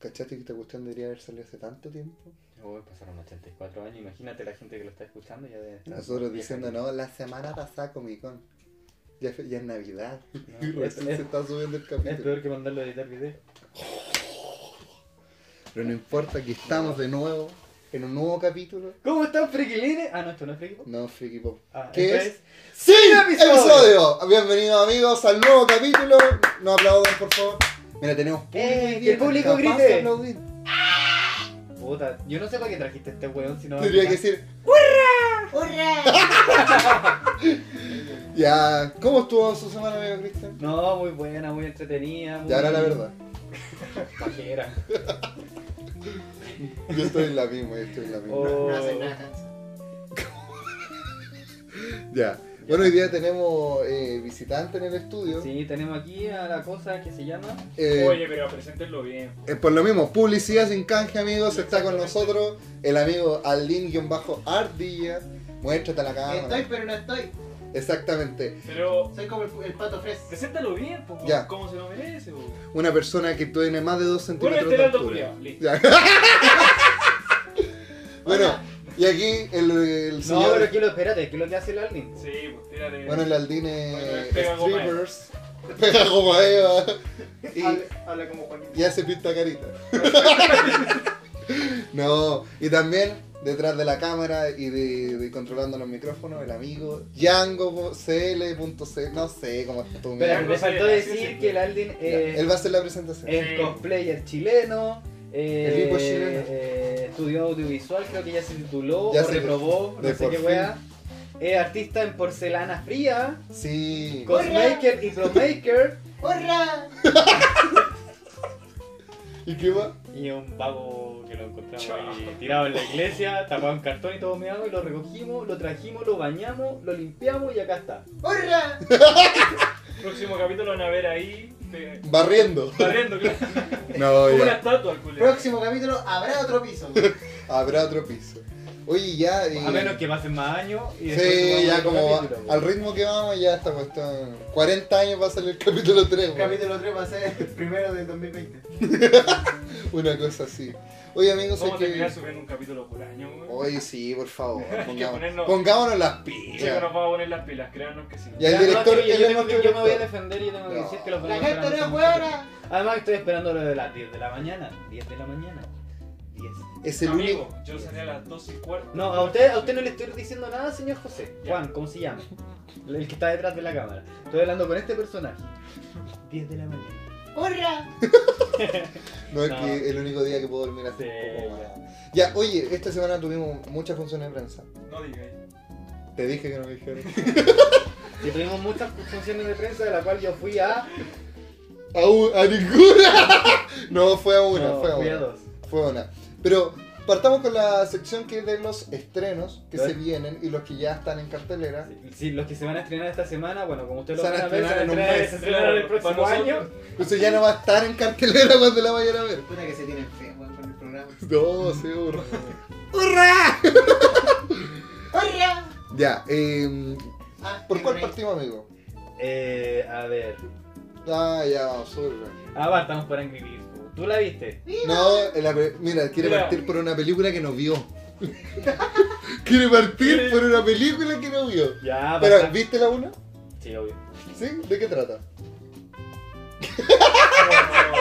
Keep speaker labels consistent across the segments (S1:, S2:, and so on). S1: ¿Cachaste que esta cuestión debería haber salido hace tanto tiempo?
S2: Uy, pasaron 84 años, imagínate la gente que lo está escuchando ya de...
S1: Nosotros diciendo, no, la semana pasada Comic Con. Ya, fue- ya es Navidad. y
S2: es-
S1: recién
S2: es-
S1: se está subiendo el
S2: Es
S1: capítulo.
S2: peor que mandarlo a editar video.
S1: Pero no importa, aquí estamos de nuevo en un nuevo capítulo.
S2: ¿Cómo están, friquilines? Ah, no, esto no es friquilines.
S1: No, Freaky Pop.
S2: Ah,
S1: ¿Qué
S2: esto
S1: es? ¡Sí!
S2: episodio!
S1: ¡Episodio! Bienvenidos amigos al nuevo capítulo. No aplaudan, por favor. Mira, tenemos público.
S2: ¡Eh,
S1: hoy
S2: que
S1: día,
S2: el público
S1: capaz
S2: grite!
S1: de aplaudir.
S2: Puta, yo no sé para qué trajiste este weón si no...
S1: Tendría que decir, ya, ¿cómo estuvo su semana, amigo Cristian?
S2: No, muy buena, muy entretenida, muy...
S1: Y ahora la verdad.
S2: Pajera.
S1: Yo estoy en la misma, yo estoy en la misma.
S2: Oh.
S3: No hacen nada cansado.
S1: Ya. Bueno, hoy día tenemos eh, visitante en el estudio.
S2: Oh, Sí, tenemos aquí a la cosa que se llama...
S1: Eh,
S4: Oye, pero preséntenlo bien.
S1: eh, por lo mismo, publicidad sin canje, amigos. Está con nosotros el amigo Aldin-Ardilla. Muéstrate a la cámara.
S3: Estoy, pero no estoy.
S1: Exactamente.
S4: Pero
S3: Soy como el, el pato fresco.
S4: preséntalo bien, po,
S1: Ya.
S4: como se lo merece. po.
S1: Una persona que tiene más de 2
S4: Bueno,
S1: centímetros
S4: este
S1: de
S4: era el
S1: altura.
S4: culiao, listo.
S1: Ya. bueno, y aquí el, el
S2: No,
S1: señor...
S2: pero ¿qué lo espérate? ¿Qué es lo que hace el alguien?
S4: Sí, pues tírate.
S1: Bueno, el Aldin es
S4: Bueno, pega goma
S1: strippers. Pega como Eva. Y
S3: Habla, habla como Juanito.
S1: y hace pinta carita. no, y también detrás de la cámara y de, de controlando los micrófonos, el amigo Django CL.c, no sé cómo es tu
S2: Pero
S1: mierda.
S2: me faltó decir que el Aldin
S1: Ya,
S2: eh,
S1: Él va a hacer la presentación.
S2: es
S4: Sí.
S2: cosplayer chileno, eh,
S1: El hipo chileno.
S2: eh, estudió audiovisual, creo que ya se tituló
S1: Ya
S2: o
S1: se-
S2: reprobó,
S1: de
S2: no sé
S1: por
S2: qué
S1: fin.
S2: wea. Es artista en porcelana fría,
S1: Sí.
S2: cosmaker y promaker,
S3: ¡Hurra!
S1: ¿Y qué va?
S2: y un vago que lo encontramos ahí tirado en la iglesia, tapado en cartón y todo meado, y lo recogimos, lo trajimos, lo bañamos, lo limpiamos y acá está.
S3: ¡Hurra!
S4: Próximo capítulo van a ver ahí. Te...
S1: Barriendo.
S4: Barriendo, claro.
S1: No,
S4: Como una
S1: Oh, ya.
S4: estatua al culo.
S3: Próximo capítulo habrá otro piso.
S1: Habrá otro piso. Oye, ya. eh,
S2: A menos que pasen más años y
S1: Sí,
S2: subamos
S1: ya
S2: otro
S1: como va-
S2: capítulo,
S1: al ritmo que vamos, ya esta cuestión. 40 años va a salir el capítulo 3.
S3: capítulo 3 va a ser el primero del 2020.
S1: Una cosa así. Oye, amigos, hay
S4: Vamos a
S1: que. Oh,
S4: terminar subiendo un capítulo por año, güey.
S1: Oye, sí, por favor.
S4: que
S1: Pongámonos,
S4: ponernos-
S1: pongámonos las
S4: Sí,
S1: pilas.
S4: que nos vamos a poner las pilas, créanos que sí.
S1: Ya, el
S2: Ya,
S1: director-
S2: no, sí,
S1: él
S2: yo,
S1: es
S2: tengo que-
S1: nuestro
S2: yo me voy a
S1: director.
S2: defender y tengo que
S1: No.
S2: decir que los
S3: La
S2: venezolanos
S3: gente no es
S2: somos
S3: buena.
S2: Además estoy esperando lo de las 10 de la mañana. 10 de la mañana. 10.
S1: Es el
S4: Amigo,
S1: único.
S4: yo salí a las 2 y cuarto.
S2: No, a usted, a usted no le estoy diciendo nada, señor José.
S4: Ya.
S2: Juan, ¿cómo se llama? El que está detrás de la cámara. Estoy hablando con este personaje. 10 de la mañana.
S3: ¡Hurra!
S1: No es
S2: No.
S1: que el único día que puedo dormir así.
S2: Sí,
S1: un poco más. Ya, oye, esta semana tuvimos muchas funciones de prensa.
S4: No digáis.
S1: Te dije que no me dijeron.
S2: Y tuvimos muchas funciones de prensa de la cual yo fui a.
S1: a, un- a ninguna. no, fue a una,
S2: no,
S1: fue a
S2: fui a
S1: una.
S2: dos.
S1: Fue a una. Pero partamos con la sección que es de los estrenos que
S2: Claro.
S1: se vienen y los que ya están en cartelera.
S2: Sí, sí, los que se van a estrenar esta semana, bueno, como ustedes lo
S1: Se van a
S2: van a ver, se van a
S1: estrenar en un
S2: estrenar
S1: mes.
S2: se estrenan el próximo
S4: Para
S2: año.
S4: nosotros.
S1: Entonces ya no va a estar en cartelera cuando la vayan a ver.
S3: Puta que se tienen fe, weón, con el programa.
S1: No, seguro. ¡Hurra!
S3: ¡Hurra!
S1: Ya, eh,
S3: Ah,
S1: ¿por
S3: el
S1: cuál
S3: rey.
S1: partimos, amigo?
S2: Eh, a ver.
S1: Ah, ya, vamos, sobre.
S2: Ah, va, estamos para Angry Birds. ¿Tú la viste?
S1: No, en la pe- mira, quiere
S4: Mira.
S1: partir por una película que no vio. quiere partir por una película que no vio.
S2: Ya,
S1: Pero,
S2: basta.
S1: ¿viste la una?
S2: Sí, obvio.
S1: ¿Sí? ¿De qué trata?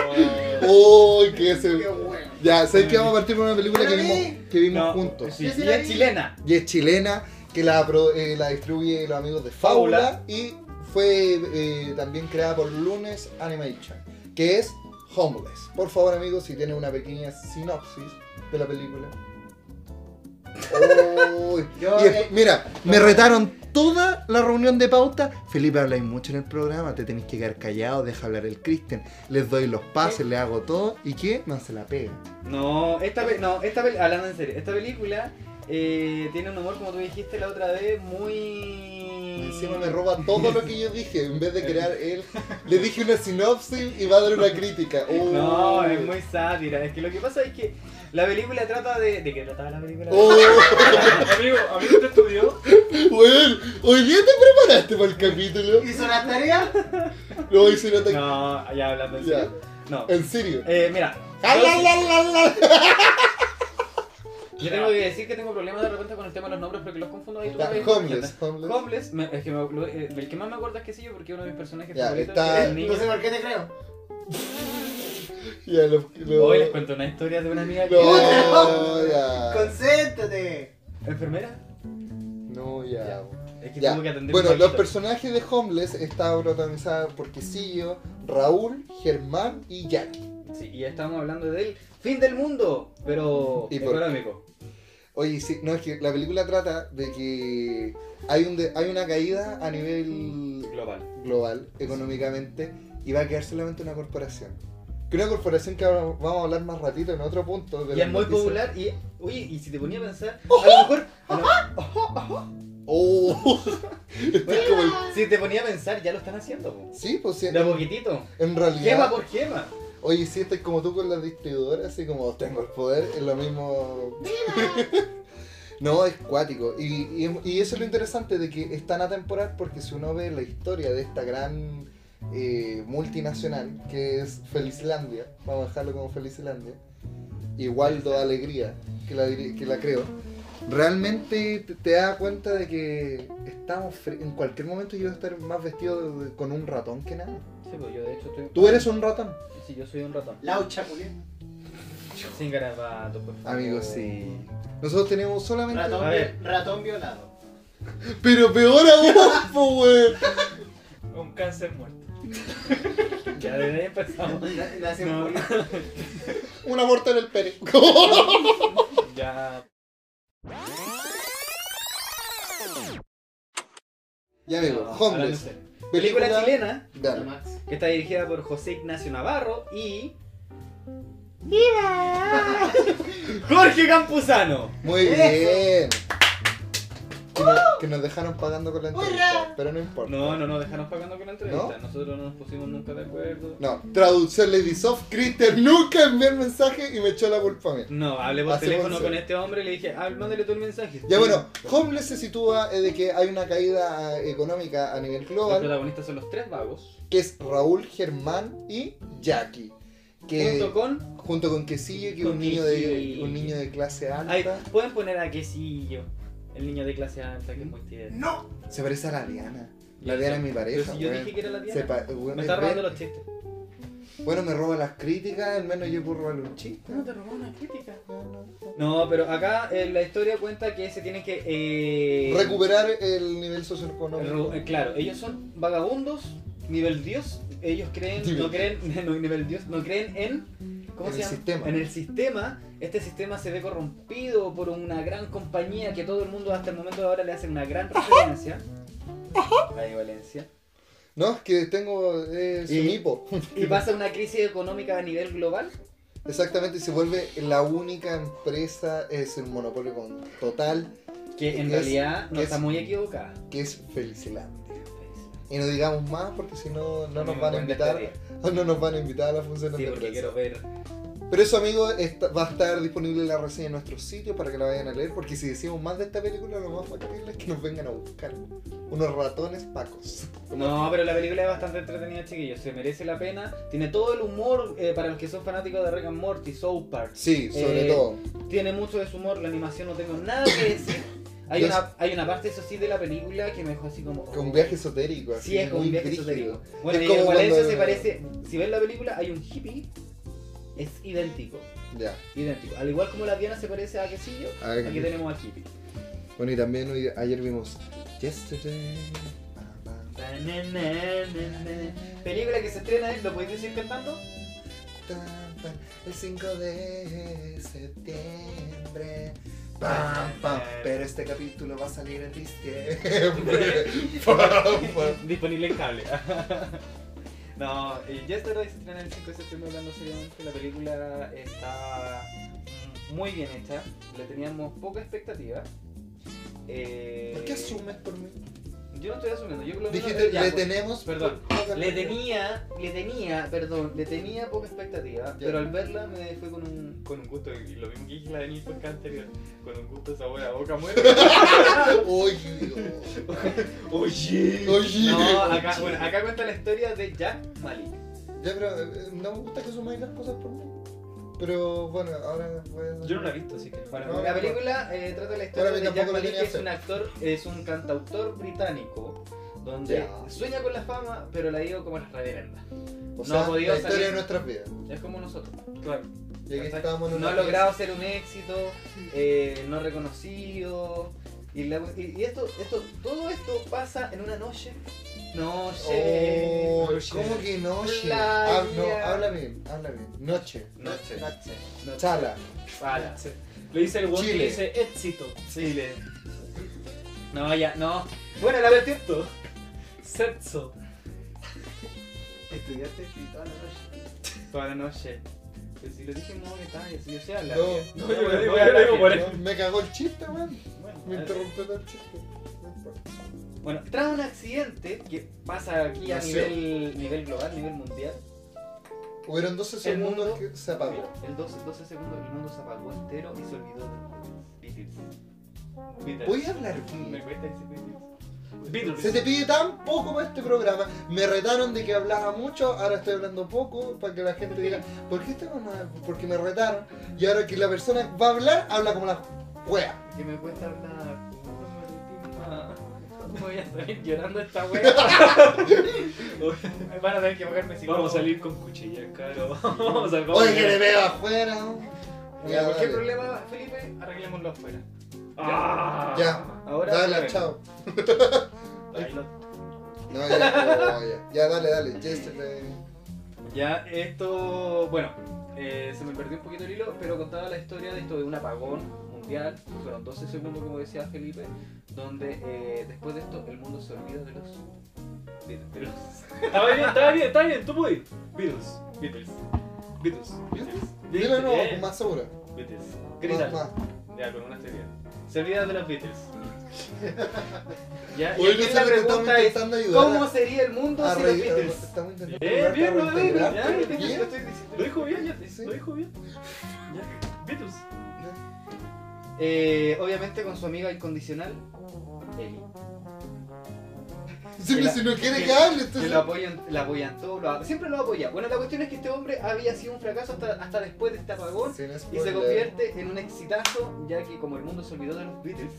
S1: ¡Uy,
S4: No.
S1: Oh. qué
S3: Qué
S1: se...
S3: bueno.
S1: Ya, ¿sabes que vamos a partir por una película que
S3: Pero
S1: vimos,
S3: vi.
S1: que vimos
S2: No,
S1: juntos?
S2: Sí,
S3: Yo sí
S2: y
S3: la
S2: es
S3: vi.
S2: chilena.
S1: Y es chilena, que la, pro- eh, la distribuye los amigos de Fábula y fue eh, también creada por Lunes Animation, que es Homeless. Por favor, amigos, si tienen una pequeña sinopsis de la película. Uy.
S3: Yo,
S1: Y después-
S3: eh,
S1: mira, me retaron toda la reunión de pauta. Felipe, habláis mucho en el programa, te tenéis que quedar callado, deja hablar el Christian. Les doy los pases, les hago todo. ¿Y qué? No se la pega.
S2: No, esta pe- no, esta pel- hablando en serio, esta película eh, tiene un humor como tú dijiste la otra vez muy
S1: Encima me roba todo lo que yo dije. En vez de crear él, le dije una sinopsis y va a dar una crítica. Oh.
S2: No, es muy sátira, es que lo que pasa es que la película trata de ¿de qué trataba la película?
S1: Oh,
S4: Amigo, amigo, ¿te estudió?
S1: weón, hoy día te preparaste para el capítulo.
S3: ¿Hizo las tareas?
S1: Lo hice una
S2: No, ya hablando en
S1: Ya.
S2: serio. No.
S1: En serio.
S2: Eh, mira,
S1: ¡Ah, la, la, la, la!
S2: Yo tengo que decir que tengo problemas de repente con el tema de los nombres porque los confundo ahí. tú
S1: Ya,
S2: me ves.
S1: Homeless, homeless.
S2: Homeless, me- es que me- lo- eh, el que más me acuerdo es que sí, yo, porque uno de mis personajes
S1: Ya,
S2: favoritos
S1: está-
S2: es el niño.
S3: No sé por qué te creo.
S1: Ya, lo, lo-
S2: Hoy les cuento una historia de una amiga que
S1: No, ya.
S3: Concéntrate.
S2: enfermera.
S1: No, ya.
S2: Es que
S1: Ya.
S2: tuvo que atender
S1: Bueno,
S2: un
S1: los
S2: paquito.
S1: personajes de Homeless están protagonizados por Quesillo, Raúl, Germán y Jackie.
S2: Sí, y ya estábamos hablando del fin del mundo, pero
S1: ¿Y por qué?
S2: económico.
S1: Oye, sí, no, es que la película trata de que hay, un de- hay una caída a nivel
S2: Global.
S1: global, económicamente, y va a quedar solamente una corporación. Que una corporación que ahora vamos a hablar más ratito en otro punto. de
S2: Y
S1: las
S2: es muy
S1: noticias.
S2: popular y, oye, y si te ponía a pensar, a lo mejor, a lo-
S1: Oh,
S2: bueno, si te ponía a pensar, ya lo están haciendo. po.
S1: sí, pues sí,
S2: De a
S1: en,
S2: poquitito.
S1: en
S2: Gema
S1: realidad.
S2: por gema.
S1: Oye, si estás como tú con las distribuidoras, así como tengo el poder, es lo mismo. no, es cuático. Y, y- y eso es lo interesante de que es tan atemporal porque si uno ve la historia de esta gran eh, multinacional que es Felizlandia, vamos a dejarlo como Felizlandia, igual de alegría que la, diri- que la creo. Realmente te, te das cuenta de que estamos fre- en cualquier momento yo voy a estar más vestido de- de- con un ratón que nada.
S2: Sí, pues yo de hecho estoy...
S1: Tú eres un ratón.
S2: Sí, yo soy un ratón.
S3: Laucha, Julián.
S2: Sin garabato, por favor.
S1: Amigos, sí. Nosotros tenemos solamente.
S2: A
S3: Ratón,
S2: ver.
S3: ratón violado.
S1: Pero peor aún, po, weón.
S4: Un cáncer muerto.
S2: Ya desde ahí empezamos.
S3: Na- Nace
S2: No.
S3: Julián.
S1: Un aborto en el pene.
S4: Ya.
S1: ya, amigo,
S2: No, hablando en
S1: Homeless.
S2: serio. Película chilena
S1: Dale.
S3: Max.
S2: que está dirigida por José Ignacio Navarro y. ¡Jorge Campuzano!
S1: Muy
S3: Eso.
S1: bien. Que, no- que nos dejaron pagando con la entrevista, pero no importa.
S2: Uh. No, no, no, dejaron pagando con la entrevista. Nosotros no nos pusimos nunca de acuerdo.
S1: No, traducción Levisoft, Cristian nunca envió el mensaje y me echó la culpa a mí.
S2: No, hablé por
S1: Hacemos
S2: teléfono
S1: eso.
S2: con este hombre y le dije, ah, mándale tú el mensaje.
S1: Ya bueno, Homeless se sitúa eh, de que hay una caída eh, económica a nivel
S2: Los
S1: global,
S2: protagonistas son los tres vagos.
S1: que es Raúl, Germán y Jackie. Que
S2: Junto con.
S1: junto con Quesillo, que es
S2: Con
S1: un niño de
S2: Quesillo.
S1: un niño de clase alta.
S2: Ay, Pueden poner a Quesillo, el niño de clase alta que es muy tierno.
S3: No.
S1: Se parece a la Diana. La
S2: Ya,
S1: Diana
S2: ya.
S1: es mi
S2: Pero
S1: pareja.
S2: si yo
S1: weón.
S2: dije que era la
S1: Se
S2: tierna.
S1: pa- weón,
S2: Me
S1: es
S2: está robando
S1: ver-
S2: los chistes.
S1: Bueno, me roba las críticas, al menos yo puedo robarle un chiste.
S2: No te robó una crítica. No, pero acá eh, la historia cuenta que se tienen que. Eh,
S1: Recuperar el nivel
S2: ru- eh,
S1: socioeconómico.
S2: Claro, ellos son vagabundos, nivel Dios. Ellos creen, no creen, no, nivel Dios, no creen en. ¿Cómo
S1: En
S2: se
S1: el
S2: llama?
S1: sistema.
S2: En el sistema. Este sistema se ve corrompido por una gran compañía que todo el mundo hasta el momento de ahora le hace una gran referencia. Ahí, Valencia.
S1: No, es que tengo. Es
S2: Y-
S1: un hipo.
S2: Y pasa una crisis económica a nivel global.
S1: Exactamente, se vuelve la única empresa, es el monopolio con total,
S2: Que en
S1: Es-
S2: realidad no
S1: es-
S2: está muy equivocada.
S1: que es Felicilandia. Y no digamos más porque si no, no nos
S2: Me
S1: van a
S2: pueden
S1: invitar.
S2: despedir.
S1: No nos van a invitar a la función
S2: Mm, Sí,
S1: de
S2: porque quiero ver.
S1: Pero eso, amigos, esta- va a estar disponible la reseña en nuestro sitio para que la vayan a leer, porque si decimos más de esta película, lo más factible es que nos vengan a buscar. Unos ratones pacos.
S2: No, pero la película es bastante entretenida, chiquillos. Se merece la pena. Tiene todo el humor eh, para los que son fanáticos de Rick and Morty, South Park.
S1: Sí, sobre
S2: Eh,
S1: todo.
S2: Tiene mucho de su humor. La animación no tengo nada que decir. Hay,
S1: Yo
S2: una, hay una parte, eso sí, de la película que me dejó así como.
S1: Con un viaje esotérico. así,
S2: Sí, es como
S1: muy
S2: un viaje
S1: brígido.
S2: esotérico. Bueno,
S1: Es
S2: y
S1: como
S2: igual
S1: cuando-
S2: eso se parece. Si ves la película, hay un hippie. Es idéntico.
S1: Ya.
S2: Idéntico. Al igual como la Diana se parece a Quesillo,
S1: A ver,
S2: aquí tenemos al hippie.
S1: Bueno, y también hoy- ayer vimos Yesterday.
S2: Na, na, na, na. Película que se estrena, ¿eh? ¿lo podéis decir cantando?
S1: Tan, tan, El 5 de septiembre. Pam, pam. Pero este capítulo va a salir en diciembre. Pam, pam.
S2: Disponible en cable. no, eh, Yesterday se estrena el 5 de septiembre hablando seriamente. La película está mm, muy bien hecha. Le teníamos poca expectativa. Eh,
S1: ¿Por qué asumes por mí?
S2: Yo no estoy asumiendo. Yo por lo menos-
S1: Dijiste,
S2: ya,
S1: le
S2: pues,
S1: tenemos.
S2: Perdón.
S1: poca-
S2: Le tenía, le tenía, perdón, le tenía poca expectativa, pero al verla me fue con un...
S4: Con un gusto, y lo mismo que dije la de Nilton anterior. Con un gusto sabor a boca muerta.
S1: Ah, Oye,
S4: Oye.
S1: oye.
S2: No, acá, bueno, acá cuenta la historia de Jack Malik.
S1: Ya, pero eh, no me gusta que sumáis las cosas por mí. Pero bueno, ahora voy a...
S2: Yo no la he visto, así que para
S1: No,
S2: La
S1: no.
S2: película eh, trata la historia
S1: Ahora
S2: de
S1: tampoco
S2: Jack
S1: la
S2: Black,
S1: tenía
S2: que es
S1: fe.
S2: un actor, es un cantautor británico, donde
S1: Ya.
S2: sueña con la fama, pero la digo como las reverendas.
S1: O
S2: No
S1: sea,
S2: ha
S1: la
S2: podido
S1: historia
S2: salir.
S1: de nuestras vidas.
S2: Es como nosotros.
S4: Claro.
S1: Y aquí
S2: ¿cachai?
S1: estábamos en
S2: no
S1: una
S2: ha logrado ser un éxito, eh, no reconocido. Y, la- y- y esto, esto, todo esto pasa en una noche. Noche.
S1: Oh,
S4: Noche.
S1: ¿Cómo que noche?
S2: Playa.
S1: Hab- no, habla bien, habla bien. Noche.
S2: Noche.
S3: Noche.
S2: noche.
S1: Chala.
S2: Sala.
S4: Le dice el guante y
S1: Chile.
S4: le dice éxito.
S2: Chile. No, ya, no. Bueno, la verdad esto.
S4: Sexo.
S3: Estudiaste y toda la noche.
S2: Toda la noche. Pero si lo dije en modo detalle, si yo sé hablar.
S1: No,
S2: bien.
S4: no,
S2: Voy
S4: yo
S2: a-
S4: lo digo,
S2: voy a
S4: yo lo
S2: hablar
S4: digo
S2: bien.
S4: por eso.
S1: No, me cagó el chiste, weón. Me
S2: Bueno, eh,
S1: interrumpió el chiste. No importa.
S2: Bueno, tras un accidente que pasa aquí a
S1: Nació.
S2: nivel, nivel global, nivel mundial.
S1: Hubieron 12
S2: El
S1: segundos
S2: mundo-
S1: que se apagó.
S2: El 12, 12 segundos el mundo se apagó entero y se olvidó de Beatles. Beatles.
S1: Voy a hablar
S2: Me
S1: bien.
S2: cuesta decir Beatles.
S4: Beatles.
S1: Se te pide tan poco para este programa. Me retaron de que hablaba mucho, ahora estoy hablando poco para que la gente diga, ¿por qué este no habla? Porque me retaron. Y ahora que la persona va a hablar, habla como la wea.
S2: Que me cuesta hablar. Ah. Voy a salir llorando esta wea. Me van a tener que pagarme si
S4: Vamos a salir con cuchilla, caro. Vamos a
S1: Oye, que le veo afuera. Ya,
S2: cualquier
S1: dale.
S2: problema, Felipe, arreglémoslo afuera.
S4: Ah.
S1: Ya.
S2: Ahora.
S1: Dale,
S2: bueno,
S1: chao.
S4: Bailo.
S1: No, ya, no, ya. Ya, dale, dale. Jester, eh.
S2: Ya, esto. Bueno, eh, se me perdió un poquito el hilo, pero contaba la historia de esto de un apagón mundial. Fueron 12 segundos, como decía Felipe, donde eh, después de esto el mundo se olvida de los. de, de los.
S4: Estaba bien, estaba bien, estaba bien. Tú puedes. Beatles. Beatles. Beatles.
S1: Dilo de nuevo,
S4: Eh,
S1: con más segura.
S4: Beatles.
S1: Más,
S4: Grítalo.
S1: más.
S4: Ya, con una serie. Se olvidan de los Beatles.
S2: Ya, y
S1: Hoy
S2: aquí
S1: nosotros
S2: la
S1: estamos
S2: pregunta es:
S1: intentando ayudar.
S2: ¿cómo sería el mundo
S4: Ah,
S1: a
S2: sin los
S1: re-
S2: Beatles? Eh,
S1: Estamos intentando
S4: Bien, bien, lo digo,
S1: reintegrar.
S2: Ya,
S4: Bien.
S2: ¿viste? Lo estoy diciendo.
S4: Lo dijo bien, ya.
S1: Sí.
S4: Lo dijo bien. Ya. Beatles.
S2: Eh, obviamente con su amiga incondicional, Eli.
S1: Sí, pero
S2: la-
S1: si no quiere
S2: que-
S1: que hable,
S2: Que
S1: entonces.
S2: lo apoyan, la apoyan todo, lo a- siempre lo apoya. Bueno, la cuestión es que este hombre había sido un fracaso hasta, hasta después de este apagón
S1: Sin
S2: y se
S1: spoiler.
S2: convierte en un exitazo, ya que como el mundo se olvidó de los Beatles.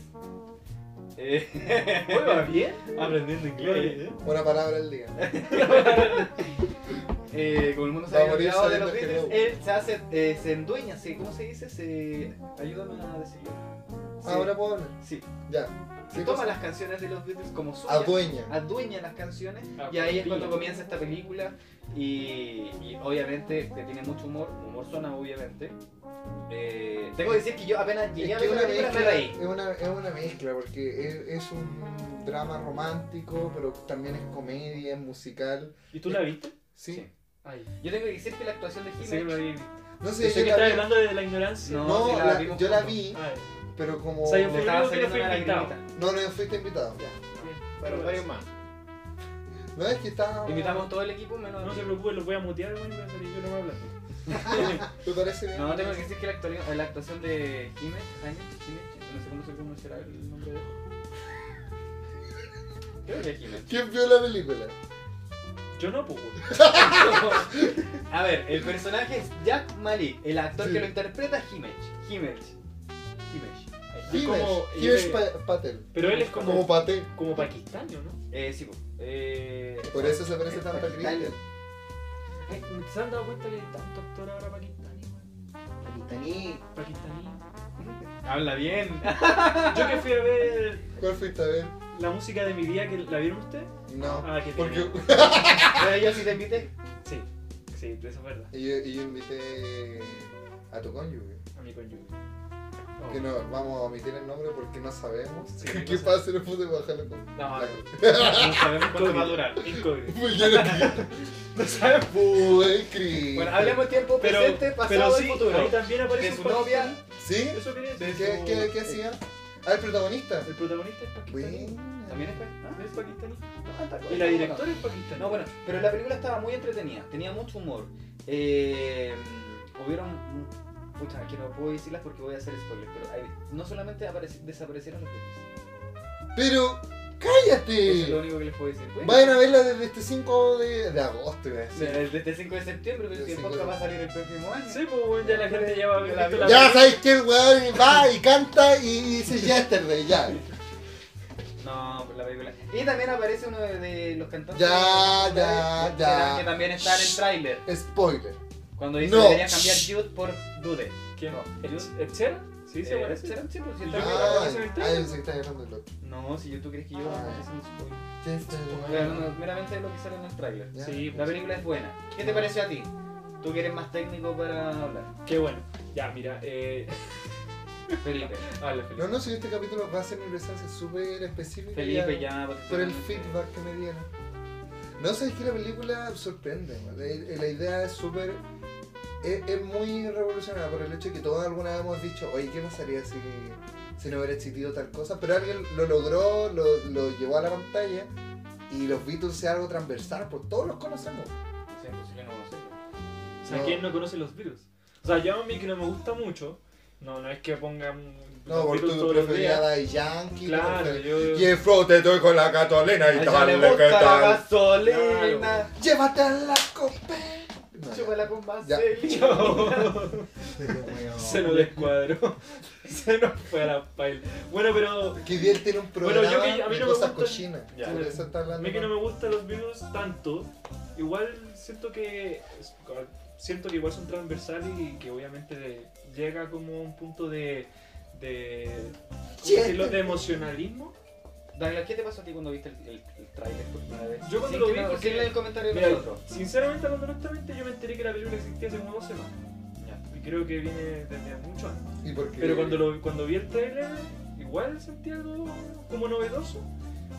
S2: eh,
S4: Oye, va bien. Aprendiendo inglés. ¿eh?
S1: Una palabra al día.
S2: eh, como el mundo se
S1: Va a
S2: había
S1: morir
S2: olvidado de los
S1: sabiendo que
S2: Beatles,
S1: no.
S2: él se hace, eh, se endueña, se, ¿cómo se dice? Se, ayúdame a decirlo. Se-
S1: Ahora puedo hablar.
S2: sí,
S1: Ya.
S2: se toma las canciones de los Beatles como suyas.
S1: Adueña.
S2: adueña las canciones
S4: Ah,
S2: y ahí es
S4: sí.
S2: cuando comienza esta película y, y obviamente que tiene mucho humor, humor zona obviamente. Eh, tengo que decir que yo apenas
S1: Es
S2: llegué a
S1: que
S2: ver la
S1: una
S2: película me
S1: mezcla,
S2: reí.
S1: es, una, es una mezcla porque es, es un drama romántico, pero también es comedia, es musical.
S4: ¿Y tú la viste?
S1: Sí.
S2: Sí.
S4: Ay.
S2: Yo tengo que decir que la actuación de
S4: Sí, la
S2: Jiménez
S4: vi.
S1: No sé,
S4: Pensé que
S1: yo la
S4: estaba
S1: vi,
S4: hablando de la ignorancia. Ah,
S2: No,
S1: No,
S2: sí, la
S1: la-
S2: vimos
S1: yo la
S2: juntos.
S1: vi,
S4: Ay.
S1: pero como.
S4: O sea, yo
S2: le
S4: fui-
S2: estaba
S4: Yo creo que
S2: saliendo
S4: no fui
S2: una
S4: invitado.
S2: lagrimita.
S1: No, no fuiste invitado.
S3: Pero varios más.
S1: No es que estaba.
S2: Invitamos todo el equipo menos.
S4: No se preocupen, los voy a mutear, bueno, y voy a salir yo no voy a hablar.
S1: ¿Te parece bien?
S2: No, tengo que decir que la actuación, eh, la actuación de Jiménez, Jaime, Jiménez, no sé cómo se pronunciará el nombre de él. Creo que es Jiménez.
S1: ¿Quién vio la película?
S4: Yo no pues, puedo.
S2: A ver, el personaje es Jack Malik, el actor
S1: Sí.
S2: que lo interpreta es Himesh. Himesh. Himesh.
S4: Es
S1: Himesh.
S4: como-
S1: Himesh
S4: yo-
S1: Pa- Patel.
S4: Pero él es
S1: Como
S4: como,
S1: Patel.
S4: como paquistaño, ¿no?
S2: Eh, sí, po. eh,
S1: Por eso se parece tanto a
S3: Paquistaní.
S1: Cristian.
S4: Ay, Eh, ¿Se han dado cuenta que hay tanto actor ahora paquistaní, weón?
S3: Paquistaní.
S4: Paquistaní.
S2: Habla bien.
S4: Yo que fui a ver
S1: ¿Cuál fuiste a ver?
S4: la música de mi vida, que ¿la vieron ustedes?
S1: No.
S4: Ah, que
S1: Porque
S2: Pero yo sí te invité.
S4: Sí, sí, eso es verdad.
S1: y yo, y yo invité a tu cónyuge.
S4: A mi cónyuge.
S1: Que no, vamos a omitir el nombre porque no sabemos.
S4: Sí,
S1: ¿Qué,
S4: no
S1: qué
S4: sé. Ah.
S1: pasa si no pude bajarlo con
S4: No,
S1: Black?
S4: no sabemos cuánto va a durar. Incógnito.
S1: Pues yo no quiero.
S4: No sabemos.
S1: Uy, Cris.
S2: Bueno, hablemos tiempo
S4: Pero,
S2: presente, pasado
S4: pero sí,
S2: y futuro.
S4: ahí también aparece
S2: De su
S4: un paquistaní.
S2: novia.
S1: ¿Sí?
S4: Eso quería
S1: ¿Qué,
S4: decir.
S1: qué, qué, hacía? Ah, el protagonista.
S4: El protagonista es paquistaní.
S1: Buena.
S2: ¿También es pa-
S4: Es paquistaní.
S2: ah,
S4: Y la directora es paquistaní.
S2: No, bueno, pero la película estaba muy entretenida, tenía mucho humor. Eh, hubieron. Pucha, que no puedo decirlas porque voy a hacer spoilers, pero hay- no solamente apareci- desaparecieron los Beatles.
S1: Pero,
S2: Eso es lo
S1: ¡Cállate!
S2: único que les puedo decir. Bueno,
S1: Vayan a verla desde este 5 de, de agosto, iba a decir.
S2: Desde desde el 5 de septiembre, pero
S1: Desde
S2: si el
S1: el 5
S2: podcast
S1: de
S2: va a salir el próximo año.
S4: Sí, pues weón, ya la gente ya va a ver
S2: Ya
S4: visto la
S1: Ya
S4: película.
S1: sabéis que el weón va y canta y dice yesterday, ya.
S2: No, pues la película. Y también aparece uno de, de los cantantes.
S1: Ya,
S2: de-
S1: ya,
S2: de-
S1: ya.
S2: Que también está en el tráiler.
S1: Spoiler.
S2: Cuando dice
S1: No.
S2: debería cambiar Jude por Dude.
S4: ¿Quién?
S2: No.
S4: ¿Ed- ¿Ed Sheeran? Sí, se
S2: Eh,
S4: parece.
S2: ¿será? Sí, pues, si el
S4: Ya.
S2: tráiler-
S1: Ah,
S4: aparece en el trailer.
S1: ahí se está agarrando el otro.
S2: No, si yo tú crees que yo no
S1: Ah.
S2: es un spoiler. Estoy hablando
S1: Yesterday.
S2: meramente de lo que sale en el tráiler.
S1: Ya.
S4: Sí,
S2: La película es buena. ¿Qué te pareció a ti? Tú que eres más técnico para hablar.
S4: Qué bueno. Ya, mira, eh. ah,
S2: Felipe.
S4: Habla, Felipe.
S1: No, no, si este capítulo va a ser mi presencia súper específica.
S2: Felipe pues ya. porque
S1: Por el
S2: tú-
S1: feedback que me dieron. No sé, es que la película sorprende. ¿no? La, la idea es súper. Es, es muy revolucionaria por el hecho de que todos alguna vez hemos dicho, oye, ¿qué pasaría si, si no hubiera existido tal cosa? Pero alguien lo logró, lo, lo llevó a la pantalla y los Beatles es algo transversal, pues todos los conocemos.
S2: Sí, pues, yo no lo sé.
S4: O sea,
S1: No.
S4: ¿quién no conoce los virus? O sea, yo a mí que no me gusta mucho. No, no es que pongan.
S1: No,
S4: los
S1: por
S4: Beatles
S1: tu
S4: todos los días.
S1: preferida de Yankee.
S4: Claro,
S1: tu
S4: yo.
S1: preferida- Jeffro, te estoy con la Catolina
S2: A
S1: y
S2: ella
S1: tal,
S2: le gusta
S1: ¿qué
S2: la
S1: tal?
S2: gasolina.
S1: Llévate a la copa. No, ya.
S2: Chúpala con
S1: Ya.
S2: vaselina.
S4: Se nos descuadró. Se nos fue a la paila. Bueno, pero.
S1: Que bien tiene un
S4: Bueno, yo
S1: programa
S4: que- a mí
S1: de
S4: no me
S1: cosas
S4: gustan-
S1: cochinas.
S4: Ya.
S1: Por eso está
S4: A
S1: hablando.
S4: mí que no
S1: mal.
S4: me gustan los virus tanto. Igual siento que. Siento que igual son transversales y que obviamente llega como a un punto de. de. ¿cómo
S1: Yes.
S4: decirlo? de emocionalismo.
S2: Daniel, ¿qué te pasó a ti cuando viste el, el, el tráiler por primera vez?
S4: Yo cuando
S2: Sin
S4: lo
S2: que
S4: vi,
S2: no-
S4: porque-
S2: sin el comentario de
S4: Mira,
S2: nosotros.
S4: sinceramente, cuando honestamente, yo me enteré que la película existía hace como dos semanas. Y creo que viene desde mucho antes.
S1: ¿Y por qué?
S4: Pero cuando, lo, cuando vi el trailer, igual sentí algo como novedoso.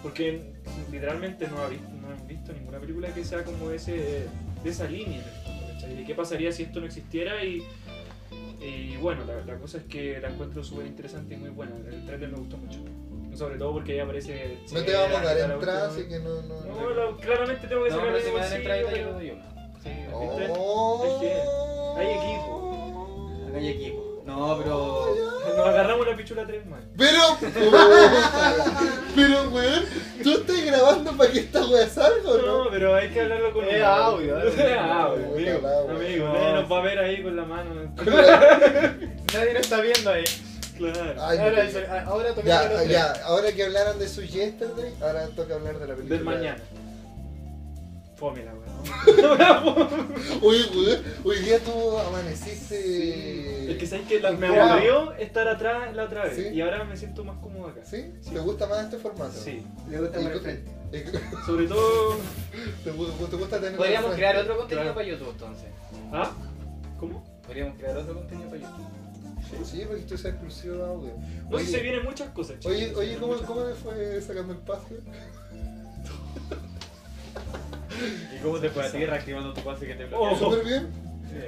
S4: Porque literalmente no, ha visto, no han visto ninguna película que sea como de, ese, de esa línea. en el fondo, ¿cachai? ¿De qué pasaría si esto no existiera? Y, y bueno, la, la cosa es que la encuentro súper interesante y muy buena. El trailer me gustó mucho. Sobre todo porque ahí aparece...
S1: No te vamos a dar
S4: Chera,
S1: entrada,
S4: la
S1: así
S4: cuestión.
S1: que no. no,
S4: No, la- claramente tengo que
S2: No,
S4: sacar
S2: pero
S4: de
S2: si me dan
S4: bolsillo,
S2: el tráiler, yo
S4: pero-
S2: le doy una.
S4: Sí, ¿viste?
S1: Oh.
S4: Es que hay
S2: Acá hay equipo. No, pero...
S4: Nos agarramos la pichula tres más.
S1: Pero, puta, pero weón, tú estás grabando para que esta wea salga, o
S4: No,
S1: ¿no?
S4: pero hay que hablarlo con
S2: Es
S4: humor.
S2: audio, audio.
S4: Es audio,
S1: Puta
S4: amigo.
S1: la wea.
S4: Amigo, nadie nos va a ver ahí con la mano.
S2: Nadie lo está viendo ahí.
S4: Claro.
S1: Ay,
S2: Ahora,
S1: mi
S2: eso-
S1: Dios.
S2: ahora toqué
S1: ya,
S2: ah,
S1: ya, ahora que hablaron de su yesterday, ahora toca hablar de la película.
S4: Del mañana. Fome la weón.
S1: Uy, weón, hoy día tú amaneciste.
S4: Es que sabes que la- me
S1: Wow.
S4: aburrió estar atrás la otra vez.
S1: Sí.
S4: Y ahora me siento más cómodo acá.
S1: ¿Sí?
S4: Sí.
S1: ¿Te gusta más este formato?
S4: Sí.
S3: Le gusta
S1: ¿Y
S3: por el
S1: tú?
S3: frente.
S1: ¿Te,
S4: Sobre todo.
S1: gu- te gusta tener
S2: Podríamos
S1: frente?
S2: crear otro contenido
S4: Claro.
S2: para YouTube, entonces.
S4: ¿Ah? ¿Cómo?
S2: Podríamos crear otro contenido para YouTube.
S1: Sí, porque tú seas exclusivo de audio.
S4: No, si se vienen muchas cosas, chicos.
S1: Oye,
S4: Se
S1: oye,
S4: vienen
S1: ¿cómo,
S4: muchas
S1: ¿cómo te fue sacando el pase?
S2: ¿Y cómo te fue a ti reactivando tu pase que te
S4: bloquearon?
S1: Súper bien,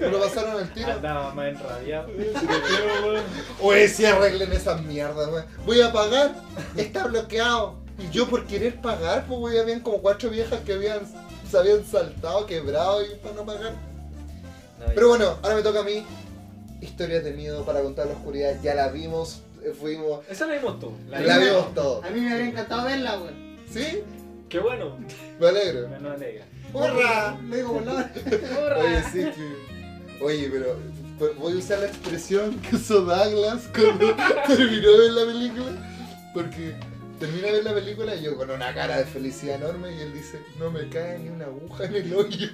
S1: me lo pasaron al tiro.
S2: Andaba más enrabiado.
S4: cosas. Te quiero, weón.
S1: Oye, si arreglen esas mierdas, weón. Voy a pagar, está bloqueado. Y yo por querer pagar, pues weón, habían como cuatro viejas que habían, se habían saltado, quebrado y para no pagar. Pero bueno, ahora me toca a mí. Historias de miedo para contar la oscuridad, ya la vimos, eh, fuimos,
S4: Esa la vimos todos.
S1: la,
S3: vimos.
S1: vimos todo.
S3: A mí me habría encantado verla, güey.
S1: ¿Sí?
S4: Qué bueno.
S1: Me alegro.
S2: Me no alegra.
S1: ¡Hurra!
S3: Me digo, volar.
S1: Oye, sí que. Oye, pero pues, voy a usar la expresión que usó Douglas cuando terminó de ver la película. Porque termina de ver la película y yo con una cara de felicidad enorme y él dice, no me cae ni una aguja en el hoyo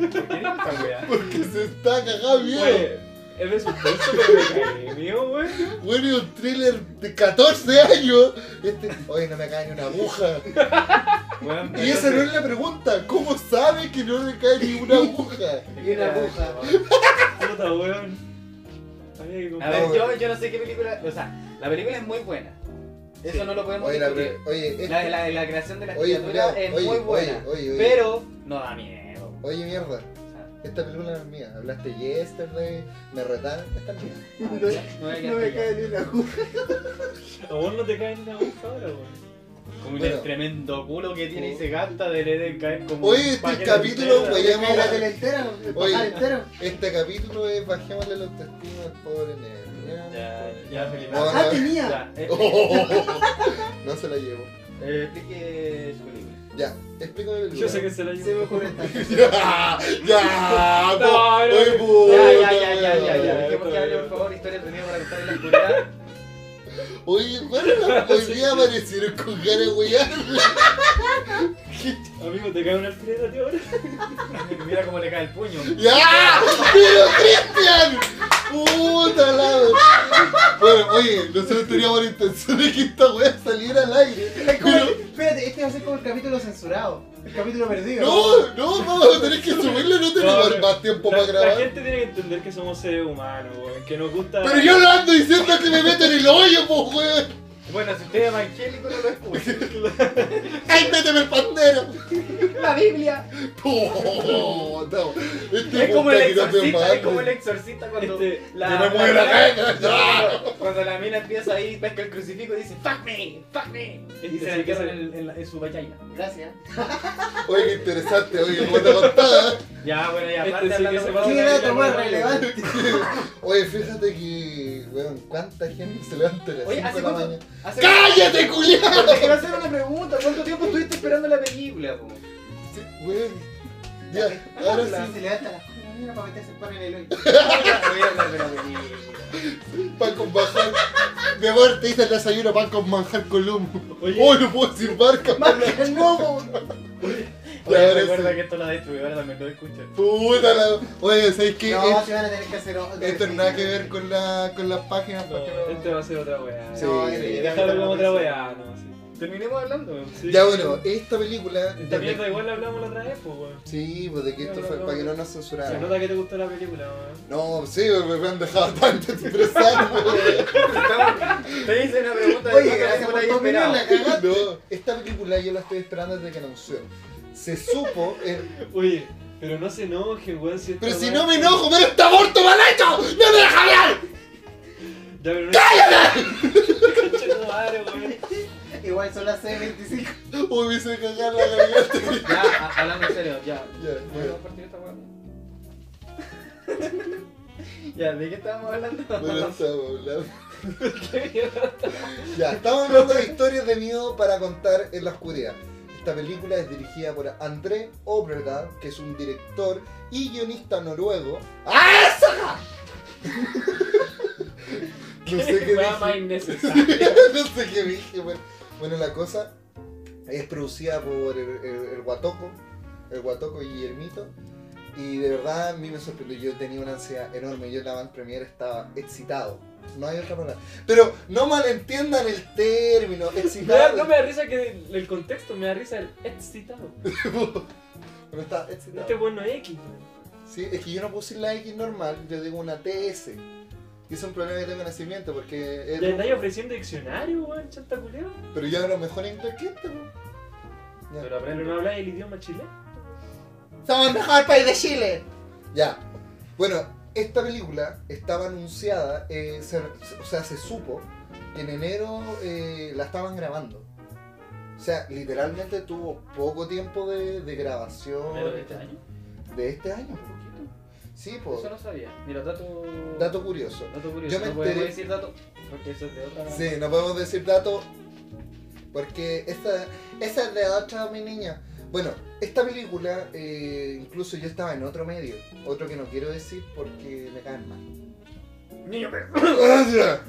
S2: ¿Por qué dices esa weá?
S1: porque se está cagado miedo.
S4: Güey, es de suspenso, pero me caí, mío, güey.
S1: Bueno, y un thriller de 14 años. Este, oye, no me cae ni una aguja.
S2: Weón,
S1: Y esa no es la pregunta. ¿Cómo sabe que no le cae ni una aguja?
S3: Y una
S2: eh,
S3: aguja.
S4: Puta, weón. Había que
S2: A
S4: comprar.
S2: ver, yo, yo no sé qué película. O sea, la película es muy buena. Eso no lo podemos
S1: Oye, la, pre-
S2: discutir.
S1: oye, este-
S2: La, la, la creación de las
S1: oye,
S2: criaturas
S1: culiao,
S2: es
S1: oye,
S2: muy buena.
S1: oye, oye, oye.
S2: Pero no da miedo.
S1: Oye, mierda.
S2: O sea,
S1: Esta película no es mía. Hablaste yesterday, me retaron. Esta es mía.
S3: No,
S2: me
S3: no me cae ni una aguja.
S4: A vos no te caen una aguja ahora, weón.
S2: Como
S1: Bueno.
S2: el tremendo culo que tiene
S3: Oh.
S2: y se gasta de le de caer como.
S1: Oye, este
S2: paquete
S1: capítulo,
S2: entero.
S1: güey.
S3: Me cae la tele entera, el
S1: Oye.
S3: pajar entero.
S1: Este capítulo es bajémosle la autoestima al pobre negro.
S2: Ya, este, ya, Felipe.
S1: Bueno.
S3: Ah, tenía.
S2: Ya, eh,
S1: Oh, no se la llevo.
S2: Eh, explique su película.
S1: Ya, explícame el
S4: Yo sé que se la
S3: Se
S4: llevo.
S3: me ocurre esta.
S1: ¡Ya! ¡Ya!
S4: No, no,
S1: ¡Oye,
S4: no.
S1: puta,
S2: Ya, ya, ya, ya, ya, ya.
S4: ya,
S2: Dejemos que
S4: ya,
S2: hable,
S4: ya.
S2: por favor, historia tenía para contar en la oscuridad.
S1: Oye, bueno, hoy día aparecieron con cara de wear.
S4: Amigo, te cae una alfiler a ti ahora.
S2: Mira cómo le cae el puño.
S1: ¡Ya! ¡Pero Cristian! ¡Puta la wea. Bueno, oye, nosotros teníamos la intención de que esta wea saliera al aire.
S3: Es como el- espérate, este va a ser como el capítulo censurado. El capítulo perdido.
S1: No, no, vamos a tener que subirle, no tenemos
S4: No, no.
S1: más tiempo
S4: La,
S1: para
S4: la
S1: grabar.
S4: gente tiene que entender que somos seres humanos, weón, que nos gusta.
S1: Pero yo no ando diciendo que me meto en el hoyo, po, weón.
S2: Bueno, si usted es evangélico, no lo escucha.
S1: ¡Ay, méteme el pandero!
S2: La Biblia.
S1: Oh, no. Este
S2: Es como el
S1: puta que no te
S2: exorcista, es
S1: mames.
S2: como el exorcista cuando
S4: Este,
S1: que me mueve la caña, ya.
S2: cuando- Cuando la mina empieza ahí, pesca el crucifijo y dice, fuck me, fuck me. Y
S4: Este
S2: se la
S4: sí que
S2: entierra
S4: se-
S2: en, en la- en su vagina.
S3: Gracias.
S1: Oye, qué interesante, oye, qué buena contada.
S2: Ya, bueno, ya,
S4: Este
S2: aparte
S4: sí
S2: hablando
S4: que se
S2: con-
S4: va a
S3: ¿Qué
S4: Ahora ya
S3: dato
S4: no
S3: más
S4: lo veo.
S3: relevante?
S1: Oye, fíjate que, weón, cuánta gente se levanta a las
S2: Oye,
S1: 5
S2: ¿hace
S1: de la
S2: cuánto?
S1: mañana.
S2: hace-
S1: ¡Cállate, culiado!
S2: Pero te quiero hacer una pregunta, ¿cuánto tiempo estuviste esperando la película, po?
S1: Sí, weón. Ya, ahora
S3: sí. Se le da hasta las cuatro de la mañana para meterse el pan en el hoyo.
S2: Voy a hablar de la película.
S1: sí, pan con manjar. Mi amor, te hice el desayuno pan con manjar columbo.
S4: Oye.
S1: Oh, no puedo decir marca.
S3: Más que el momo.
S1: Ya,
S2: Oye,
S1: ahora
S2: recuerda
S1: sí.
S2: que esto la distribuidora también lo escucha.
S1: Puta la... Oye, ¿sabes qué?
S3: No,
S1: Es-
S3: se van a tener que hacer otro.
S1: Esto no nada que ver con, la, con las páginas. porque
S4: No,
S1: no-
S4: este va a ser otra weá.
S1: Sí.
S3: No,
S4: Sí,
S3: definitivamente
S4: déjalo
S3: no
S4: hablamos
S3: va a
S4: otra
S3: ser.
S4: weá, no, sí.
S2: Terminemos hablando.
S4: Sí.
S1: Ya bueno, esta película...
S4: Esta mierda igual la hablamos la otra vez, pues, weón.
S1: Sí, pues de que esto
S4: No, no,
S1: fue
S4: no.
S1: para que no nos
S4: Se
S1: censuraran.
S4: nota que te gustó la película, weón.
S1: No, sí, pues, me me han dejado tanto estresado.
S2: Te hice una pregunta de
S3: Oye,
S2: cuánto
S3: gracias
S2: tiempo
S3: por
S2: la
S3: tu
S2: esperado.
S3: opinión, la cagaste.
S1: No, esta película yo la estoy esperando desde que anunció. Se supo. eh,
S4: Oye, pero no se enojen, weón. Si esta
S1: pero si
S4: weá-
S1: no me enojo, pero este aborto mal hecho. ¡No me deja hablar!
S4: Ya, pero no... ¡Cállate!
S3: Igual son las 6.25.
S1: Uy, me hice cagar la garganta.
S2: Ya, a- hablando en serio, ya.
S1: Ya,
S2: ¿Puedo
S1: ya.
S2: compartir esta weá? Ya, ¿de qué estábamos hablando?
S1: Bueno, estamos hablando.
S4: ¡Qué mierda!
S1: Ya, estamos hablando de historias de miedo para contar en la oscuridad. Esta película es dirigida por André Obreda, que es un director y guionista noruego. ¡Ah, esa! no sé qué
S4: Weá más
S1: dije.
S4: innecesaria.
S1: no sé qué dije, bueno. Bueno, la cosa es producida por el, el- el Guatoco, el Guatoco y Guillermito. Y de verdad a mí me sorprendió, yo tenía una ansiedad enorme, yo en la van premier estaba excitado. No hay otra palabra. Pero no malentiendan el término,
S4: Me da-
S1: excitado.
S4: No me da risa que el el contexto, me da risa el excitado.
S1: Pero estaba
S4: Este
S1: excitado.
S4: bueno es X, weón.
S1: Sí, es que yo no puedo decir la X normal, yo digo una TS. Y es un problema que tengo de nacimiento porque... es
S4: Le andáis ofreciendo diccionario, weón, chanta culera.
S1: Pero yo hablo mejor inglés que este, po. Ya.
S2: Pero
S4: Pero
S2: aprende.
S4: no habláis el idioma chileno.
S1: Somos el mejor
S3: pues,
S1: país de Chile. Ya. Bueno, esta película estaba anunciada, eh, se- o sea, se supo que en enero eh, la estaban grabando. O sea, literalmente tuvo poco tiempo de, de grabación
S2: ¿Pero de este año?
S1: de este año.
S2: Poquito.
S1: Sí, pues.
S2: Eso no sabía. Mira, dato.
S1: Dato curioso.
S2: Dato curioso.
S1: Yo me
S2: No podemos
S1: enteré-
S2: decir dato. Porque eso es de otra.
S1: Sí, no podemos decir dato porque esa, esa es de otra mi niña. Bueno, esta película, eh, incluso yo estaba en otro medio, otro que no quiero decir porque me caen mal.
S2: Niño, pero. ¿Ya?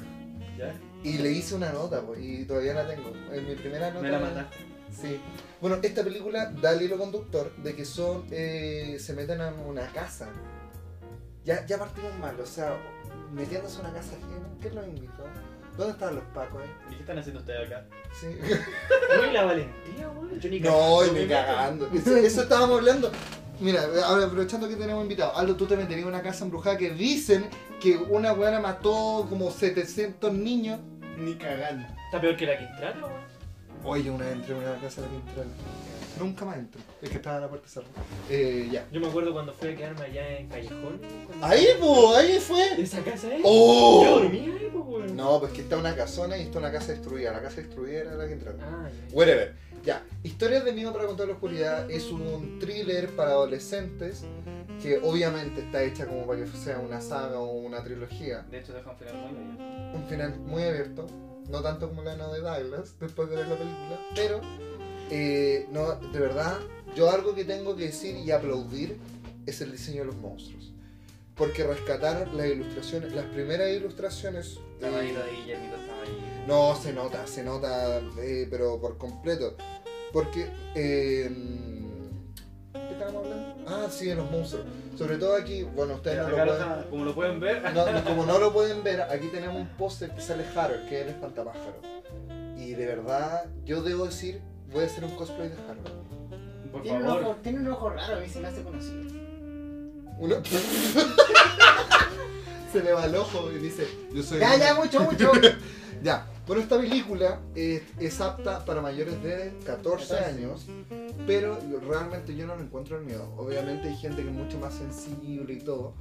S1: Y le hice una nota, pues, y todavía la tengo. Es mi primera nota.
S2: Me la mataste.
S1: Sí. Bueno, esta película da el hilo conductor de que son. eh, se meten a una casa. Ya, ya partimos mal, o sea, metiéndose a una casa ajena. ¿Quién los invitó? ¿Dónde estaban los pacos, eh?
S2: ¿Y qué están haciendo ustedes acá?
S1: Sí.
S4: Oye, la valentía, weón. Yo ni
S1: No, y me cagando. Eso, eso estábamos hablando. Mira, ahora aprovechando que tenemos invitados, Aldo, tú te meterías en una casa embrujada que dicen que una weona mató como 700 niños.
S3: Ni cagando.
S4: Está peor que la Quintrana, weón.
S1: Oye, yo una vez entré en una casa de la Quintrala. Nunca más entro. Es que estaba la puerta cerrada. Eh, ya.
S4: Yo me acuerdo cuando fui a quedarme allá en Callejón. cuando-
S1: Ahí, po, ahí fue.
S4: Esa casa es. Yo
S1: ¡Oh!
S4: dormía ahí, po, weón.
S1: No, pues que está una casona y está una casa destruida. La casa destruida era la Quintrala.
S4: Ah, ya.
S1: Whatever. Ya, Historias de Miedo para Contar la Oscuridad es un thriller para adolescentes que obviamente está hecha como para que sea una saga o una trilogía.
S2: De hecho, deja un final muy bello.
S1: Un final muy abierto. no tanto como la no de Douglas, después de ver la película, pero eh, no, de verdad, yo algo que tengo que decir y aplaudir es el diseño de los monstruos. Porque rescataron las ilustraciones, las primeras ilustraciones.
S2: La
S1: eh,
S2: manito de Guillermito estaba ahí.
S1: no, se nota, se nota, eh, pero por completo. Porque. eh, ¿Qué estábamos hablando? Ah, sí, de los monstruos. Sobre todo aquí, bueno, ustedes no
S4: Mira,
S1: lo
S4: acá lo
S1: pueden-
S4: está- como lo pueden ver,
S1: no, no, como no lo pueden ver, aquí tenemos un póster que sale Harold, que es el espantapájaro. Y de verdad, yo debo decir, voy a hacer un cosplay de Harold.
S4: por
S3: Tiene un,
S4: favor.
S3: ojo, tiene un ojo raro, a mí se me hace conocido.
S1: Uno- Se le va el ojo y dice, yo soy...
S3: Ya, ya, mucho, mucho.
S1: Ya. Bueno, esta película es, es apta para mayores de 14 años, pero realmente yo no le encuentro el miedo. Obviamente hay gente que es mucho más sensible y todo,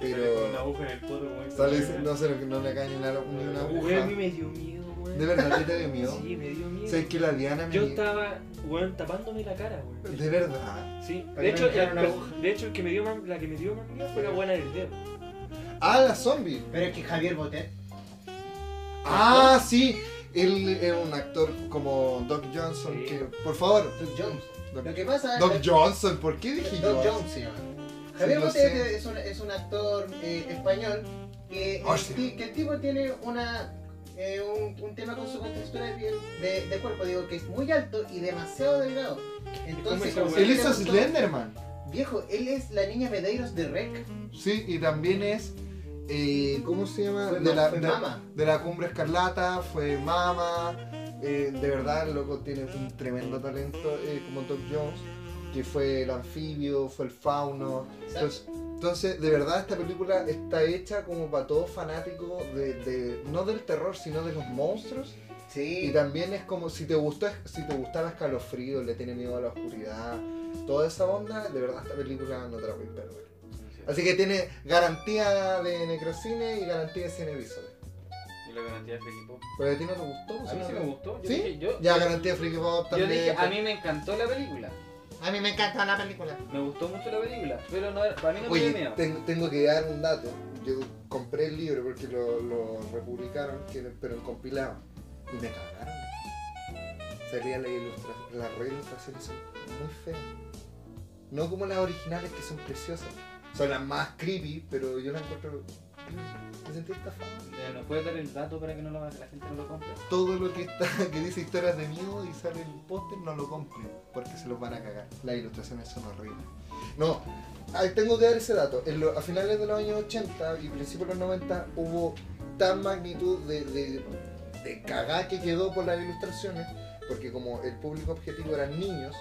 S4: Que sale con
S1: pero...
S4: una aguja en el poto, como esta.
S1: Sale, no sé, no le cae ni una, ni una
S2: Güey, a mí
S1: aguja.
S2: me dio miedo, güey.
S1: De verdad, ¿qué te dio miedo?
S2: Sí, me dio miedo.
S1: Sé que la Diana me...
S4: Yo estaba, weón, tapándome la cara, weón.
S1: De verdad.
S4: Sí,
S3: Para
S4: de
S3: que no
S4: hecho,
S3: me quedara
S4: la,
S3: una aguja.
S4: de hecho el que me dio más, la que me dio más miedo fue la buena del dedo.
S1: Ah, la zombie.
S3: Pero es que Javier Botet.
S1: Ah, sí. Él era un actor como Doc Johnson
S4: Sí.
S1: que. Por favor.
S3: Doc Jones.
S1: Doc,
S3: Lo que pasa es
S1: Doc Johnson, ¿por qué dije
S3: Doc
S1: yo?
S3: Jones se llama. Javier
S1: lo
S3: Botet
S1: sé.
S3: es un, es un actor eh, español que,
S1: Oh,
S3: el,
S1: sí.
S3: ti- que el tipo tiene una, eh, un, un tema con su contextura de, piel- de, de cuerpo, digo, que es muy alto y demasiado delgado. Entonces,
S4: esa
S3: como
S4: weá?
S3: si
S1: Él hizo
S3: le gustó-
S1: Slenderman.
S3: Viejo, él es la niña Medeiros de Rec.
S1: Sí, y también es. eh, ¿Cómo se llama?
S3: Fue,
S1: de,
S3: ma-
S1: la,
S3: fue
S1: de,
S3: mama.
S1: de la Cumbre Escarlata, fue Mama. eh, de verdad, el loco tiene un tremendo talento eh, como Doc Jones, que fue el anfibio, fue el fauno. Entonces, entonces, de verdad, esta película está hecha como para todo fanático, de, de- no del terror, sino de los monstruos. Y
S3: Sí.
S1: también es como si te gusta, si te gustaba escalofrío, le tiene miedo a la oscuridad, toda esa onda, de verdad esta película no te la voy a perder. Así que tiene garantía de Necrocine y garantía de Cinevisor.
S2: Y la garantía de Felipe.
S1: Pero a ti no te gustó,
S2: A mí sí me gustó. Yo
S1: ¿Sí?
S2: dije, yo,
S1: Ya garantía de Freaky Pop
S2: yo
S1: también. pues.
S2: dije, a mí me encantó la película.
S1: a mí me encanta la película.
S2: Me gustó mucho la película, pero no, era- para mí no me dio
S1: Oye,
S2: miedo.
S1: ten- tengo que dar un dato. Yo compré el libro porque lo, lo republicaron, que- pero el compilado. Y me cagaron. Salía la ilustración. Las reilustraciones son muy feas. No como las originales que son preciosas. Son las más creepy, pero yo las encuentro. creepy. Me sentí estafado.
S2: Eh, ¿Nos puedes dar el dato para que no lo, la gente no lo compre?
S1: Todo lo que está, que dice historias de miedo y sale el póster, no lo compren, porque se los van a cagar. Las ilustraciones son horribles. No, ahí tengo que dar ese dato. En lo- a finales de los años 80 y principios de los 90 hubo tal magnitud de, de, de cagá que quedó por las ilustraciones, porque como el público objetivo eran niños,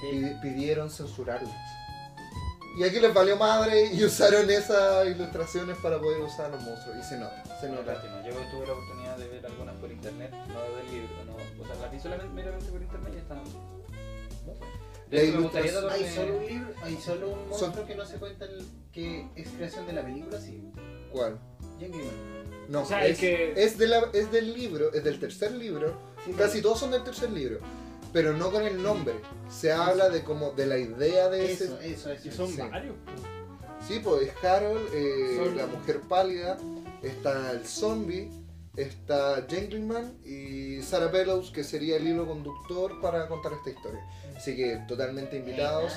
S1: pi- pidieron censurarlas. Y aquí les valió madre y usaron esas ilustraciones para poder usar a los monstruos. Y se nota, se
S2: No,
S1: nota.
S2: lástima. Yo tuve la oportunidad de ver algunas por internet, no del libro, no. O sea, las vi solamente meramente por internet y estaban muy buenas.
S1: La
S2: De hecho, me gustaría
S1: ilustración-
S2: tratarme-
S3: Hay solo un libro, hay solo un
S1: eh, Son-
S3: monstruo que no se cuenta el- que es creación de la película, sí.
S1: ¿Cuál?
S3: Jane Gilman.
S1: No,
S4: O sea, es
S1: es-
S4: que-
S1: es, de la- es del libro, es del tercer libro, casi todos son del tercer libro, pero no con el nombre. Se habla de como de la idea de
S3: Eso,
S1: ese.
S3: eso,
S4: Y
S3: eso.
S4: son
S1: Sí.
S4: varios.
S1: Sí, pues es Harold, eh,
S4: Son-
S1: la mujer pálida, está el zombie, está Gentleman y Sarah Bellows, que sería el hilo conductor para contar esta historia. Así que totalmente invitados.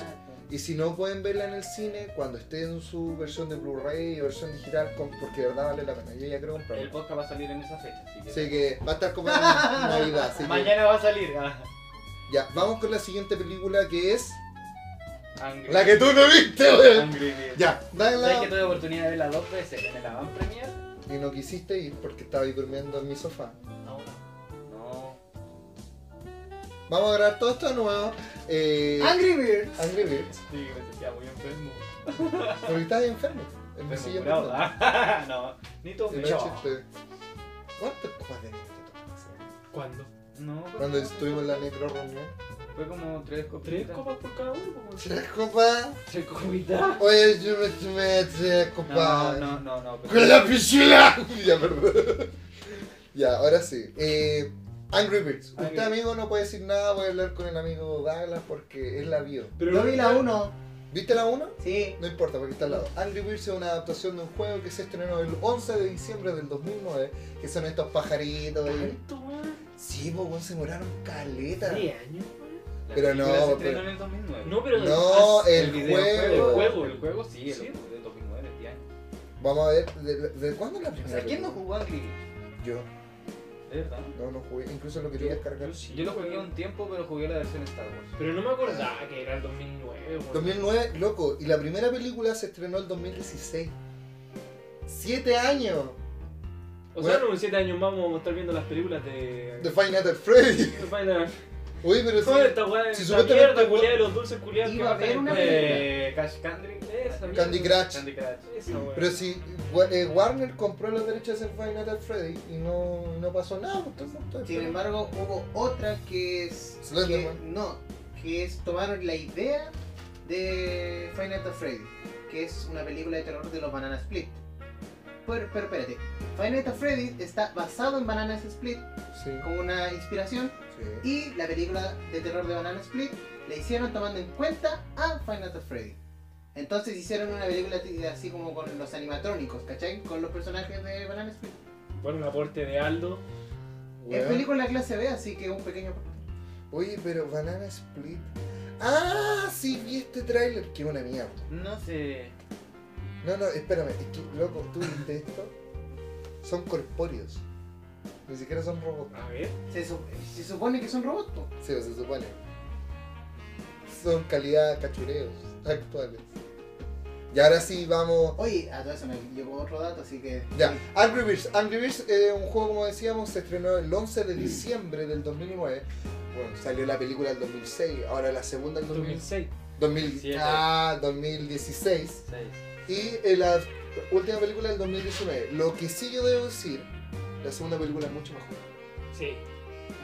S1: Y si no pueden verla en el cine, cuando esté en su versión de Blu-ray o versión digital, con- porque de verdad vale la pena. Yo ya creo un
S2: El podcast va a salir en esa fecha, así que.
S1: Así que va a estar como en Navidad. Así que,
S2: Mañana va a salir. ah.
S1: ya, vamos con la siguiente película que es.
S2: Angry.
S1: La que tú no viste, weón.
S2: Angry Birds.
S1: Ya,
S2: ¿Sabes que
S1: dale.
S2: tuve oportunidad de verla dos veces en el avant premier?
S1: Y no quisiste ir porque estaba ahí durmiendo en mi sofá.
S2: No.
S1: Vamos a grabar todo esto de nuevo. Eh,
S3: Angry Birds.
S1: Angry Birds.
S2: Sí, me sentía muy enfermo.
S1: Porque estás enfermo. En mi silla
S2: Enfermo
S1: enfermo.
S2: curado, ah. No, ni
S1: Y
S2: tomé.
S1: lo echaste. ¿Cuántas copas de vino te tomaste?
S4: ¿Cuándo?
S2: No, fue-
S1: Cuando estuvimos en la necro reunión.
S2: Fue como tres copitas.
S4: ¿Tres copas por cada uno? po, weón?
S1: Tres copas.
S2: ¿Tres copitas?
S1: Oye, yo me tomé tres
S2: No,
S1: copas.
S2: no, no, no.
S1: ¡Con
S2: pero-
S1: la pichula! ya, perdón. ya, ahora sí. Eh, Angry Birds.
S2: Angry
S1: Usted, amigo, no puede decir nada. Voy a hablar con el amigo Douglas porque él la vio.
S4: Pero
S3: Yo vi la 1.
S1: ¿Viste la 1?
S3: Sí.
S1: No importa, porque está al lado. Angry Birds es una adaptación de un juego que se estrenó el 11 de diciembre del 2009, que son estos pajaritos. Y...
S4: ¿Tanto, weón?
S1: Sí, pues weón, se moraron caleta.
S4: 10 años, weón.
S2: La
S1: Pero
S2: película
S1: no,
S2: se estrenó
S1: pero-
S2: en el 2009.
S4: No, pero.
S1: No, el
S2: videojuego.
S1: juego.
S2: El juego, el juego sí, el
S4: Sí.
S2: del 2009, el 10 años.
S1: Vamos a ver, ¿de, de cuándo es la
S2: O
S1: primera?
S2: sea, ¿quién no
S1: película?
S2: jugó Angry
S1: Yo,
S2: Birds? De verdad.
S1: no, no jugué, incluso lo quería
S4: Yo-
S1: descargar.
S4: yo sí,
S2: Yo lo jugué
S4: weón.
S2: un tiempo, pero jugué la versión Star Wars.
S4: Pero no me acordaba que era el 2009, weón.
S1: 2009, loco, y la primera película se estrenó el 2016. ¡Siete años!
S4: O sea,
S1: Weón.
S4: en unos 7 años más vamos a estar viendo las películas de.
S1: The Final Night at Freddy.
S4: de Final
S1: Uy, pero sí.
S4: Joder, Pues, esta weá,
S1: Pues, Si
S4: esta
S1: supuestamente-
S4: mierda culiada de los dulces culiados que pues,
S3: Iba a
S4: matan
S3: haber
S4: en
S3: una
S4: Play.
S3: película.
S2: Eh, Cash Candy.
S4: Esa mierda.
S1: Candy Crush.
S2: Candy Crush.
S4: Esa weá.
S1: Pero si Wa- eh, Warner compró los derechos de hacer Final Night at Freddy y no, no pasó nada, pues, entonces, entonces,
S3: Sin embargo, hubo otra que es. Que,
S1: Slenderman.
S3: no, que es tomaron la idea de Final Fantasy Freddy, que es una película de terror de los Banana Split. Pero, pero espérate, Final Fantasy Freddy está basado en Banana Split
S1: Sí,
S3: como una inspiración
S1: sí.
S3: y la película de terror de Banana Split la hicieron tomando en cuenta a Final Fantasy Freddy. Entonces hicieron una película t- así como con los animatrónicos, ¿cachai? Con los personajes de Banana Split.
S4: Bueno, un aporte de Aldo.
S3: Es
S1: Weón.
S3: película clase B, así que un pequeño...
S1: Oye, pero Banana Split. ¡Ah! Sí, vi este tráiler. ¡Qué una mierda!
S2: No sé.
S1: No, no, espérame. Es que, loco, tú viste esto. Son corpóreos. Ni siquiera son robots.
S4: A ver.
S3: Se, su- se supone que son robots, po.
S1: Sí, o se supone. Son calidad cachureos actuales. Y ahora sí vamos.
S3: Oye, a todo eso me llegó otro dato, así que.
S1: Ya, Angry Birds. Angry Birds eh, un juego, como decíamos, se estrenó el 11 de diciembre del 2009. Bueno, salió la película del 2006, ahora la segunda del 2000,
S4: 2006.
S1: 2000 ah, 2016.
S2: Seis.
S1: Y eh, la última película del 2019. Lo que sí yo debo decir, la segunda película es mucho mejor.
S4: Sí.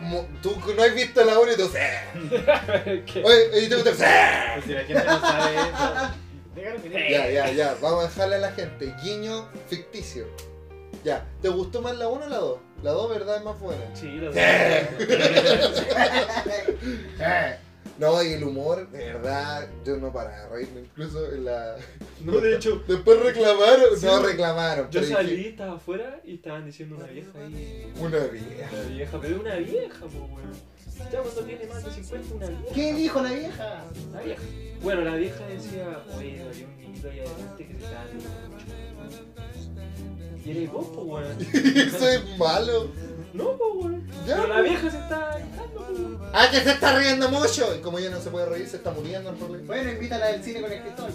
S1: Mo- Tú no has visto la 1 y tú... "Sí".
S4: ¿Qué?
S1: Oye, oye, ¿te gusta? "Sí".
S2: Pues si la gente no sabe eso. Déjalo que diga.
S1: Ya, ya, ya. Vamos a dejarle a la gente. Guiño ficticio. Ya. ¿Te gustó más la 1 o la 2? La 2, ¿verdad? Es más buena.
S4: Sí, la
S1: No, y el humor, de verdad, yo no paraba de reírme. Incluso en la...
S4: No, de hecho,
S1: Después reclamaron.
S4: Sí.
S1: no reclamaron.
S4: yo
S1: pero
S4: salí,
S1: dije,
S4: estaba afuera y estaban diciendo una vieja ahí.
S1: Una vieja.
S4: Una vieja, pero una vieja, po, weón. Ya cuando tiene más de 50, una vieja.
S3: ¿Qué dijo la vieja?
S4: La vieja. Bueno, la vieja decía, oye, había un niñito ahí adelante que se estaba haciendo mucho. Y eres vos, po, weón.
S1: Eso es malo.
S4: No, po, weón.
S1: Ya.
S4: Pero la vieja se está dejando, po, weón.
S1: ¡Ah, que se está riendo mucho! Y como ella no se puede reír, se está muriendo el problema.
S3: Bueno, invítala al cine con el escritor.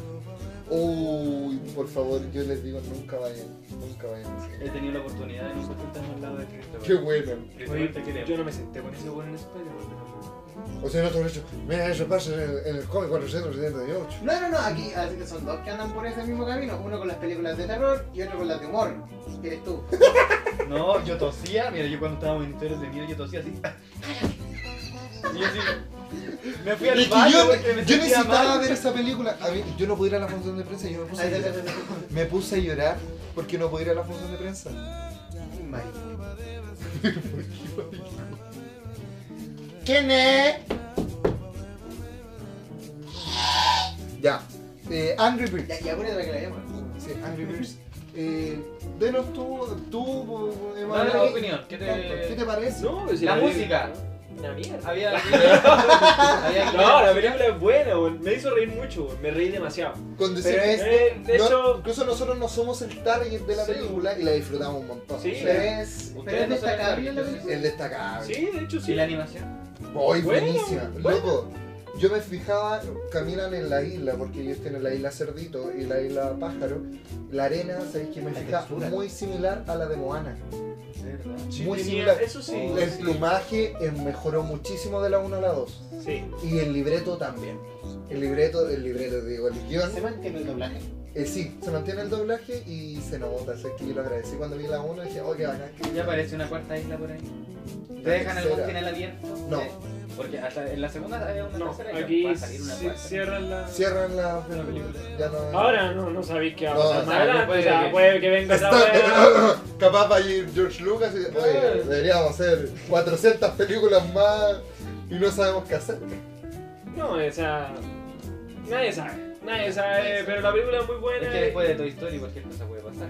S1: Uy, por favor, yo les digo, nunca vayan, nunca vayan. al cine.
S2: He tenido la oportunidad de no sentarme al lado de
S1: Qué
S2: Christopher.
S1: bueno.
S2: Christopher te
S4: Oye,
S2: queremos.
S4: Yo no me senté con ese weón en Spider-Man.
S1: O sea, no te lo he hecho. Mira, eso pasa en el, en el cómic 478.
S3: No, no, no, aquí así que son dos que andan por ese mismo camino. Uno con las películas de terror y otro con las de humor. que Eres tú.
S2: No, yo tosía. Mira, yo cuando estábamos en historias de miedo, yo tosía así. Y yo así. Me fui
S1: Es
S2: al
S1: que
S2: baño
S1: yo,
S2: porque me
S1: yo
S2: sentía
S1: necesitaba
S2: mal.
S1: ver esa película. A mí, yo no pude ir a la función de prensa, yo me puse a
S3: Ay, ay,
S1: llorar.
S3: ay,
S1: Me puse a llorar porque no pude ir a la función de prensa.
S3: ay. Marico.
S1: ¿Quién es? Ya. Eh, Angry Birds.
S3: Ya, ya, ponete la que la llamo.
S1: Sí, Angry Birds. Eh, denos tú, tú,
S2: Dame
S1: Emanuel,
S2: tu
S1: ¿qué-
S2: opinión. ¿Qué
S1: ¿Qué te
S2: te.?
S1: parece?
S4: No, si
S2: La
S4: peli-
S2: música.
S4: Una mierda.
S2: Había. Había.
S4: No, la película es buena, weón. Me hizo reír mucho, weón. Me reí demasiado.
S1: Con decir-
S3: Pero es-
S4: Eh, de
S1: no,
S4: hecho,
S1: incluso nosotros no somos el target de la
S4: Sí.
S1: película y la disfrutamos un montón.
S4: Sí.
S3: Pero es. Pero
S2: Ustedes
S3: es
S2: no saben
S3: destacable
S2: hablar, yo
S3: la
S2: sí.
S3: película.
S1: El destacable.
S4: sí, de hecho, sí.
S2: ¿Y la animación?
S1: Hoy
S4: Bueno,
S1: buenísima.
S4: bueno.
S1: Loco, yo me fijaba, caminan en la isla, porque ellos tienen la isla Cerdito y la isla Pájaro. La arena, sabéis que me
S3: La
S1: fijaba
S3: textura.
S1: muy similar a la de Moana.
S4: Sí,
S1: muy
S4: tenía-
S1: similar.
S4: Eso sí.
S1: el plumaje eh, mejoró muchísimo de la 1 a la 2.
S4: Sí.
S1: Y el libreto también. El libreto, el libreto, digo, el guión.
S3: Se mantiene el doblaje.
S1: Eh, sí, se mantiene el doblaje y se nota. Así que yo lo agradecí cuando vi la 1 y dije, oh, qué bacán.
S2: Ya aparece una cuarta isla por ahí.
S1: La
S2: ¿Te dejan algún
S1: tercera.
S2: final abierto?
S1: No.
S2: Sí. Porque hasta en la segunda había una
S4: No,
S2: tercera isla.
S4: aquí
S2: Va a salir una
S4: ci-
S2: cuarta.
S4: cierran la.
S1: Cierran la
S4: La
S1: película.
S4: película.
S1: Ya no.
S4: Ahora no, no sabéis qué va a
S1: No,
S4: pasar
S1: no
S4: más
S2: sabe,
S4: adelante. O
S2: puede
S4: sea,
S2: que-
S4: puede que venga
S1: Está-
S4: esa weá.
S1: capaz va a ir George Lucas y oye, deberíamos hacer 400 películas más y no sabemos qué hacer.
S4: No, o sea. Nadie sabe. Nadie sabe, pero la película es muy buena.
S2: Es que después de Toy Story cualquier cosa puede pasar.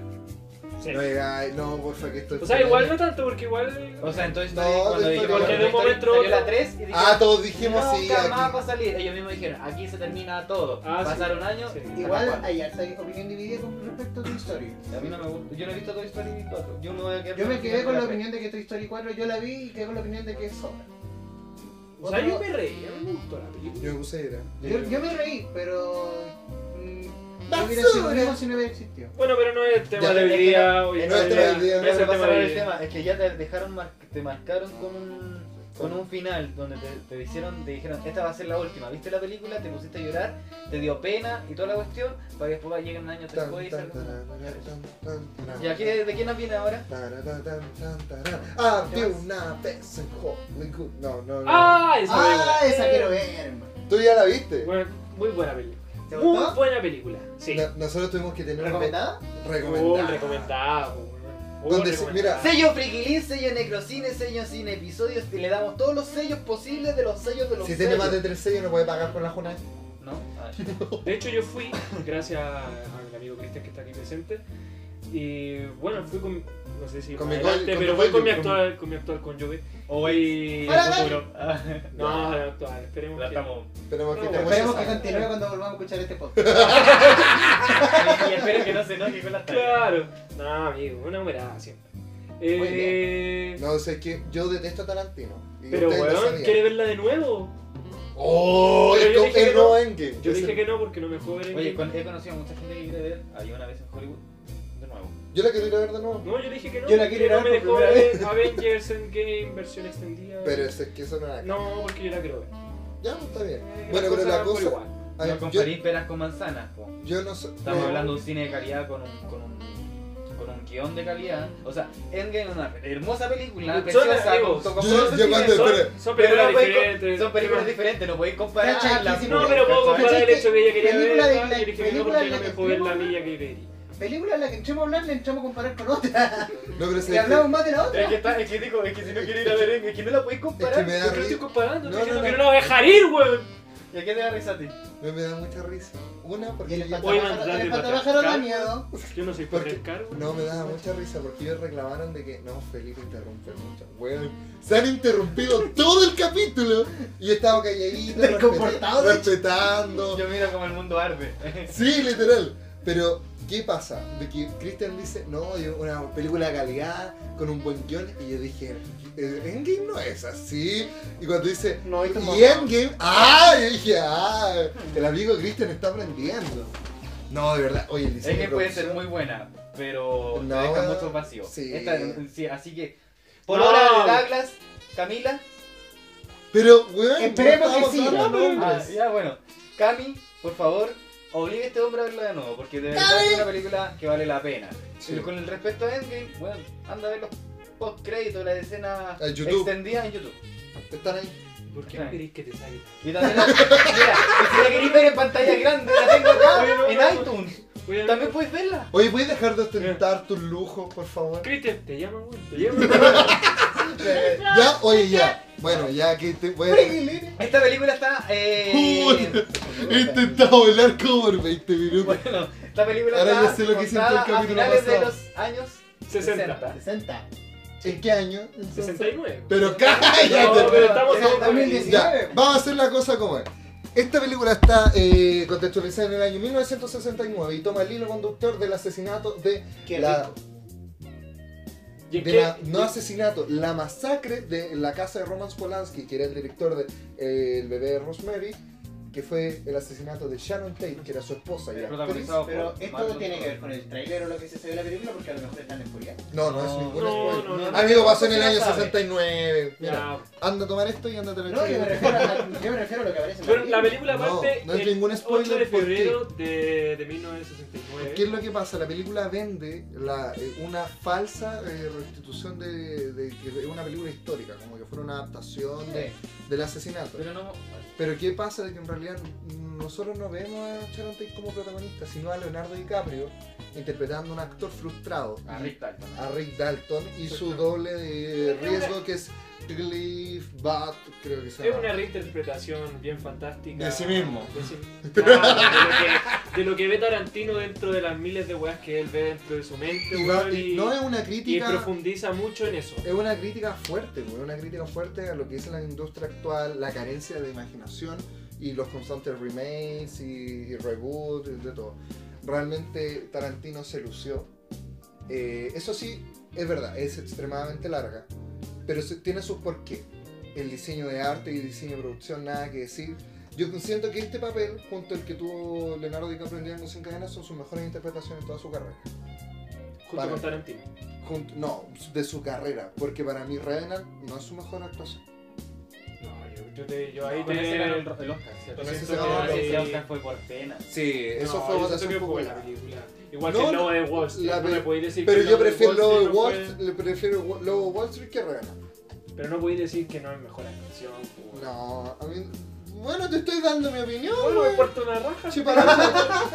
S4: Sí.
S1: No digáis, no, porfa, que esto es
S4: O sea, igual no
S1: terrible.
S4: tanto, porque igual.
S2: O sea, en Toy
S1: No,
S2: Story cuando
S1: Toy
S2: dijimos
S1: Story- porque
S2: que Toy
S4: de un
S2: Story
S4: momento
S2: salió
S4: otro-
S2: la 3 y dijeron,
S1: Ah, todos dijimos
S2: nunca
S1: sí.
S2: más va a
S1: Aquí.
S2: salir. Ellos mismos dijeron, aquí se termina todo.
S4: Ah, sí.
S2: Pasaron años.
S4: Sí.
S2: hasta
S3: Igual
S2: cuatro.
S3: hay harta opinión dividida con respecto a Toy Story.
S2: A mí no me gusta. Yo no he visto Toy Story 4. Yo me voy a quedar
S3: Yo me quedé con
S2: la
S3: la
S2: tres.
S3: opinión de que Toy Story 4 yo la vi y quedé con la opinión de que es sobra.
S4: O sea,
S3: Otro-
S4: yo me reí, a mí me gustó la película.
S1: Yo me puse a llorar.
S3: Yo, yo me reí, pero. mm, no hubiera
S1: Basura.
S3: sido lo mismo si no hubiera existido.
S4: Bueno, pero no es el tema
S1: Ya,
S4: de
S2: es
S4: hoy
S2: que
S4: día.
S2: no-
S4: hoy
S2: es
S4: día,
S1: nuestro hoy día.
S4: no
S2: Pero
S4: es el tema de hoy
S2: el
S4: día.
S2: tema, es que ya te dejaron mar- te marcaron con un con un final donde te, te hicieron te dijeron esta va a ser la última viste la película te pusiste a llorar te dio pena y toda la cuestión para que después lleguen años
S1: Tan,
S2: después y
S1: tan,
S2: salgan-
S1: tarara, tan, tan, tarara.
S2: y aquí de quién nos viene ahora
S1: Tarara, tan, tan, tarara. Ah, de una vez en Hollywood. No, no, no.
S4: ¡Ah! Esa película.
S3: Ah, esa quiero ver, hermano.
S1: ¿Tú ya la viste?
S4: Bueno, muy buena película.
S3: ¿Te
S4: Muy
S3: gustó?
S4: buena película. Sí.
S1: No- nosotros tuvimos que tener
S3: ¿Recomendada?
S4: Muy
S1: recomendada.
S4: recomendada. muy
S1: Donde se-
S4: recomendada.
S1: mira,
S2: Sello Friquilín, sello Necrocine, sello Cine Episodios y le damos todos los sellos posibles de los sellos de los
S1: Si tiene
S2: sellos.
S1: más de tres sellos no puede pagar por la jornada.
S2: No, ah,
S4: De hecho, yo fui, gracias a- al amigo Cristian que está aquí presente. Y bueno, fui con. No sé si.
S1: Con
S4: más
S1: mi
S4: adelante,
S1: cónyuge,
S4: pero
S1: con mi
S4: fui con mi
S1: cónyuge.
S4: actual, con mi actual cónyuge. Hoy.
S3: ¡Hola,
S4: No, la actual, esperemos.
S5: Ah, La
S4: que-
S5: estamos.
S1: Esperemos que
S4: No,
S1: te
S3: Esperemos
S1: muestres-
S3: que continúe cuando volvamos a escuchar este podcast.
S5: Y espero que no se enoje con las tareas.
S4: Claro. No, amigo, una humedad siempre. Eh,
S1: No sé que yo detesto a Tarantino. Y
S4: pero
S1: ustedes lo
S4: weón,
S1: sabían.
S4: ¿quiere verla de nuevo?
S1: Oh,
S4: Pero yo
S1: esto
S4: dije que
S1: es
S4: no.
S1: no Endgame.
S4: Yo
S1: Es
S4: dije
S1: el-
S4: que no porque no me dejó ver
S5: Oye,
S4: Endgame.
S5: con- he conocido a mucha gente que quiere ver Había una vez en Hollywood de nuevo.
S1: Yo la quiero ir a ver de nuevo.
S4: No, yo dije que no.
S3: Yo la quiero ir a
S4: no me
S3: ver
S4: dejó
S3: por
S4: ver
S3: primera
S4: Avengers Endgame versión extendida.
S1: Pero es que eso no era.
S4: No, porque yo la quiero ver.
S1: Ya, está bien.
S4: Eh,
S1: Bueno, pero la
S4: por
S1: cosa-
S4: igual.
S1: A ver,
S5: no
S1: yo, Eh,
S5: comparís peras con manzanas, po.
S1: yo no sé.
S5: Estamos
S1: no,
S5: hablando de un cine de calidad con un, con un, con un guión de calidad. O sea, Endgame es una hermosa película,
S4: Son
S5: preciosa,
S4: amigos.
S5: con, con- con
S1: Yo-
S5: todos
S1: yo
S5: esos
S1: cuando-
S5: cines.
S1: pero-
S4: Son, son
S5: Pero
S4: películas
S5: no podéis
S4: diferentes.
S5: com- son películas
S4: Sí,
S5: diferentes, no podéis
S3: Cachai,
S5: compararlas.
S3: que
S5: po.
S4: No, pero puedo
S5: ¿Cachai?
S4: comparar el
S3: ¿Cachai?
S4: hecho de que ella quería ver
S3: Película de-
S4: esta, y dije que no
S3: película
S4: porque
S3: de
S4: no me
S3: la-
S4: dejó ver la mía que quería.
S3: Película en la que entremos a hablar, la entramos a comparar con otra.
S1: No, pero
S3: Y
S1: sé
S3: hablamos
S1: que,
S3: más de la
S5: Es
S3: otra.
S5: que, está, es que digo, es que si no quiere ir a ver, Endgame, es que no la podéis comparar.
S1: Es que me da
S5: Yo estoy
S1: risa.
S5: comparando.
S1: No,
S5: estoy
S1: no,
S5: diciendo
S1: no.
S5: que
S4: Pero no dejar ir, weón.
S5: no- ¿Y a qué te da risa a ti?
S1: me, me da mucha risa. Una,
S3: Y
S1: porque
S3: el
S1: yo,
S4: Oye, man,
S3: espantapájaro- el
S4: date para atrás.
S3: espantapájaro da
S4: Cal-
S3: miedo.
S4: Yo no soy por
S1: Porque-
S4: el cargo.
S1: no me daba mucha risa porque ellos reclamaron de que no, Felipe interrumpe mucho. Weón, se han interrumpido todo el capítulo y he estado calladito,
S3: Desconfortado, de hecho.
S1: respetando.
S5: Yo miro como el mundo arde.
S1: Sí, literal. Pero, ¿qué pasa? De que Christian dice, no, yo- una película de calidad, con un buen guión, y yo dije, "Eh, Endgame no es así. Y cuando dice,
S3: No, esto es
S1: y Endgame, ¡ah! Yo dije, ¡ah! El amigo Christian está aprendiendo. No, de verdad, oye, el diseño
S5: Es que
S1: de
S5: puede ser
S1: producción-
S5: muy buena, pero
S1: No,
S5: te deja
S1: bueno,
S5: muchos vacíos.
S1: sí.
S5: Esta- sí, así que, por
S4: No.
S5: ahora de Douglas, Camila,
S1: Pero, weón,
S3: Esperemos
S1: no estamos
S3: que siga,
S1: hablando de
S4: ¿no?
S5: ah,
S1: hombres.
S5: ya bueno, Cami, por favor, obliga a este hombre a verla de nuevo, porque de verdad es una película que vale la pena.
S1: Sí.
S5: Y con el respecto a Endgame, bueno, anda a ver los post-créditos, las escenas
S1: A YouTube.
S5: extendidas en YouTube.
S1: Están ahí.
S4: ¿Por qué
S5: Sí.
S4: no querís que te salga?
S5: Y también, la- mira, y si la queréis ver en pantalla grande, la tengo acá,
S4: Oye, no, no,
S5: en
S4: no.
S5: iTunes,
S4: Oye,
S5: también puedes verla.
S1: Oye, ¿puedes dejar de ostentar tus lujos, por favor?
S4: Cristian, te llaman, weón. Te llaman.
S1: Ya, oye, ya. Bueno, ya que te. Bueno,
S5: Esta película está... Eh,
S1: Puta. he intentado bailar como por 20 minutos.
S5: Bueno, la película
S1: Ahora
S5: está
S1: ya sé lo que siento el
S5: contada a
S1: capítulo
S5: finales de
S1: pasado.
S5: los años
S4: 60.
S3: 60.
S1: ¿En qué año? Entonces-
S4: 69.
S1: Pero cállate.
S4: No, pero estamos
S3: Pero
S4: en
S3: también
S4: un-
S3: dice-
S1: Ya, vamos a hacer la cosa como es. Esta película está eh, contextualizada en el año 1969 y toma el hilo conductor del asesinato de
S3: Qué
S1: la,
S4: ¿Y en
S1: de
S4: qué-
S1: la- no asesinato, la masacre de la casa de Roman Polanski, que era el director de eh, El bebé de Rosemary, que fue el asesinato de Sharon Tate, que era su esposa. y actriz.
S5: protagonizado
S3: Pero
S5: por
S3: esto
S5: Marlon
S3: tiene que ver
S5: Brando.
S3: con el trailer o lo que se sabe de la película porque a lo mejor están spoileando.
S1: No, no, es
S5: No,
S1: ningún
S4: no,
S1: spoiler. Ah,
S4: no, no.
S1: Amigo, pasó en el
S5: Ya
S1: año
S5: sabe.
S1: 69. Mira,
S4: Ya.
S1: anda a tomar esto y anda a tener
S3: No, yo me refiero a, yo me refiero a lo que aparece en la
S4: Bueno, la
S3: película.
S4: película
S1: No,
S4: parte
S1: no es
S4: el
S1: ningún spoiler,
S4: 8 de
S1: ¿por qué?
S4: febrero de, de
S1: ¿Qué es
S4: 1999.
S1: lo que pasa? La película vende la, eh, una falsa eh, restitución de, de que es una película histórica, como que fuera una adaptación de- del asesinato.
S5: Pero no.
S1: Pero ¿qué pasa de que en realidad nosotros no vemos a Sharon Tate como protagonista, sino a Leonardo DiCaprio interpretando a un actor frustrado.
S6: A Rick Dalton.
S5: Ah,
S1: a Rick Dalton y su doble de riesgo que es Cliff Bat, creo que se
S4: Es una
S1: llama.
S4: reinterpretación bien fantástica.
S1: De sí mismo.
S4: De, sí- Ah, de lo que, de lo que ve Tarantino dentro de las miles de weas que él ve dentro de su mente,
S1: Y va-
S4: weón,
S1: y
S4: y,
S1: no es una
S4: y
S1: crítica. Eh,
S4: profundiza mucho en eso.
S1: Es una crítica fuerte, güey, una crítica fuerte a lo que es la industria actual, la carencia de imaginación y los constantes remakes y, y reboots, y de todo. Realmente Tarantino se lució. Eh, eso sí, es verdad, es extremadamente larga, pero se- tiene su porqué. El diseño de arte y el diseño de producción, nada que decir. Yo siento que este papel, junto al que tuvo Leonardo DiCaprio en Django sin cadenas, son sus mejores interpretaciones en toda su carrera
S4: Junto
S1: Vale.
S4: con Tarantino.
S1: junto- no, de su carrera, porque para mí Revenant no es su mejor actuación.
S4: No, yo, yo, te- yo ahí
S6: Ahí
S4: te.
S6: te ganó el, el Oscar, ¿cierto?
S1: Con ese
S4: siento
S1: se ganó el
S4: que- Ah, sí,
S2: Ese Oscar fue por pena.
S1: Sí, eso
S4: No,
S1: fue
S4: yo
S1: votación
S4: siento que fue
S1: popular.
S4: la película. Igual
S1: No,
S4: que el lobo de Wall Street.
S1: la
S4: no
S1: pe-
S4: me podéis decir
S1: Pero
S4: que
S1: yo
S4: el
S1: prefiero
S4: Lobo
S1: Lobo
S4: de
S1: de
S4: Wall
S1: Wall,
S4: Street no
S1: le prefiero Wa- Lobo de Wall Street que Revenant.
S4: fue- Pero no podéis decir que no es mejor actuación. pues.
S1: No, a mí bueno, te estoy dando mi opinión.
S4: Bueno, me
S1: güey.
S4: importa una raja.
S1: Sí, para la,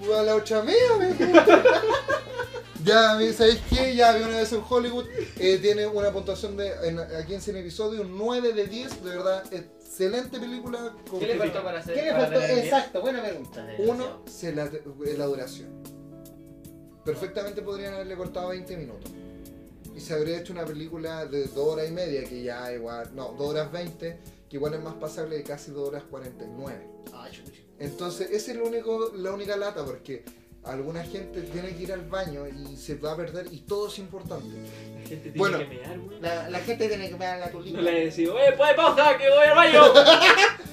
S1: para la ocha mía, me gusta. Ya, me- ¿sabéis qué? Ya vi una vez en Hollywood. eh, tiene una puntuación de en- aquí en 100 episodios, un 9 de 10. De verdad, excelente película. con-
S2: ¿Qué le faltó para hacer?
S3: ¿Qué le
S2: para
S3: faltó?
S2: tener el
S3: Exacto, buena pregunta.
S2: diez?
S1: Uno, se la, eh, la duración. Perfectamente podrían haberle cortado 20 minutos. Y se habría hecho una película de 2 horas y media, que ya igual, no, 2 horas 20, que igual es más pasable de casi 2 horas 49.
S4: Ah,
S3: Ay, chucha.
S1: Entonces, esa es lo único, la única lata, porque alguna gente tiene que ir al baño y se va a perder, y todo es importante.
S4: La gente tiene
S1: Bueno.
S4: que mear, güey.
S3: La, la gente tiene que ver la tulita.
S4: No le decís, oye, puede pausa, que voy al baño.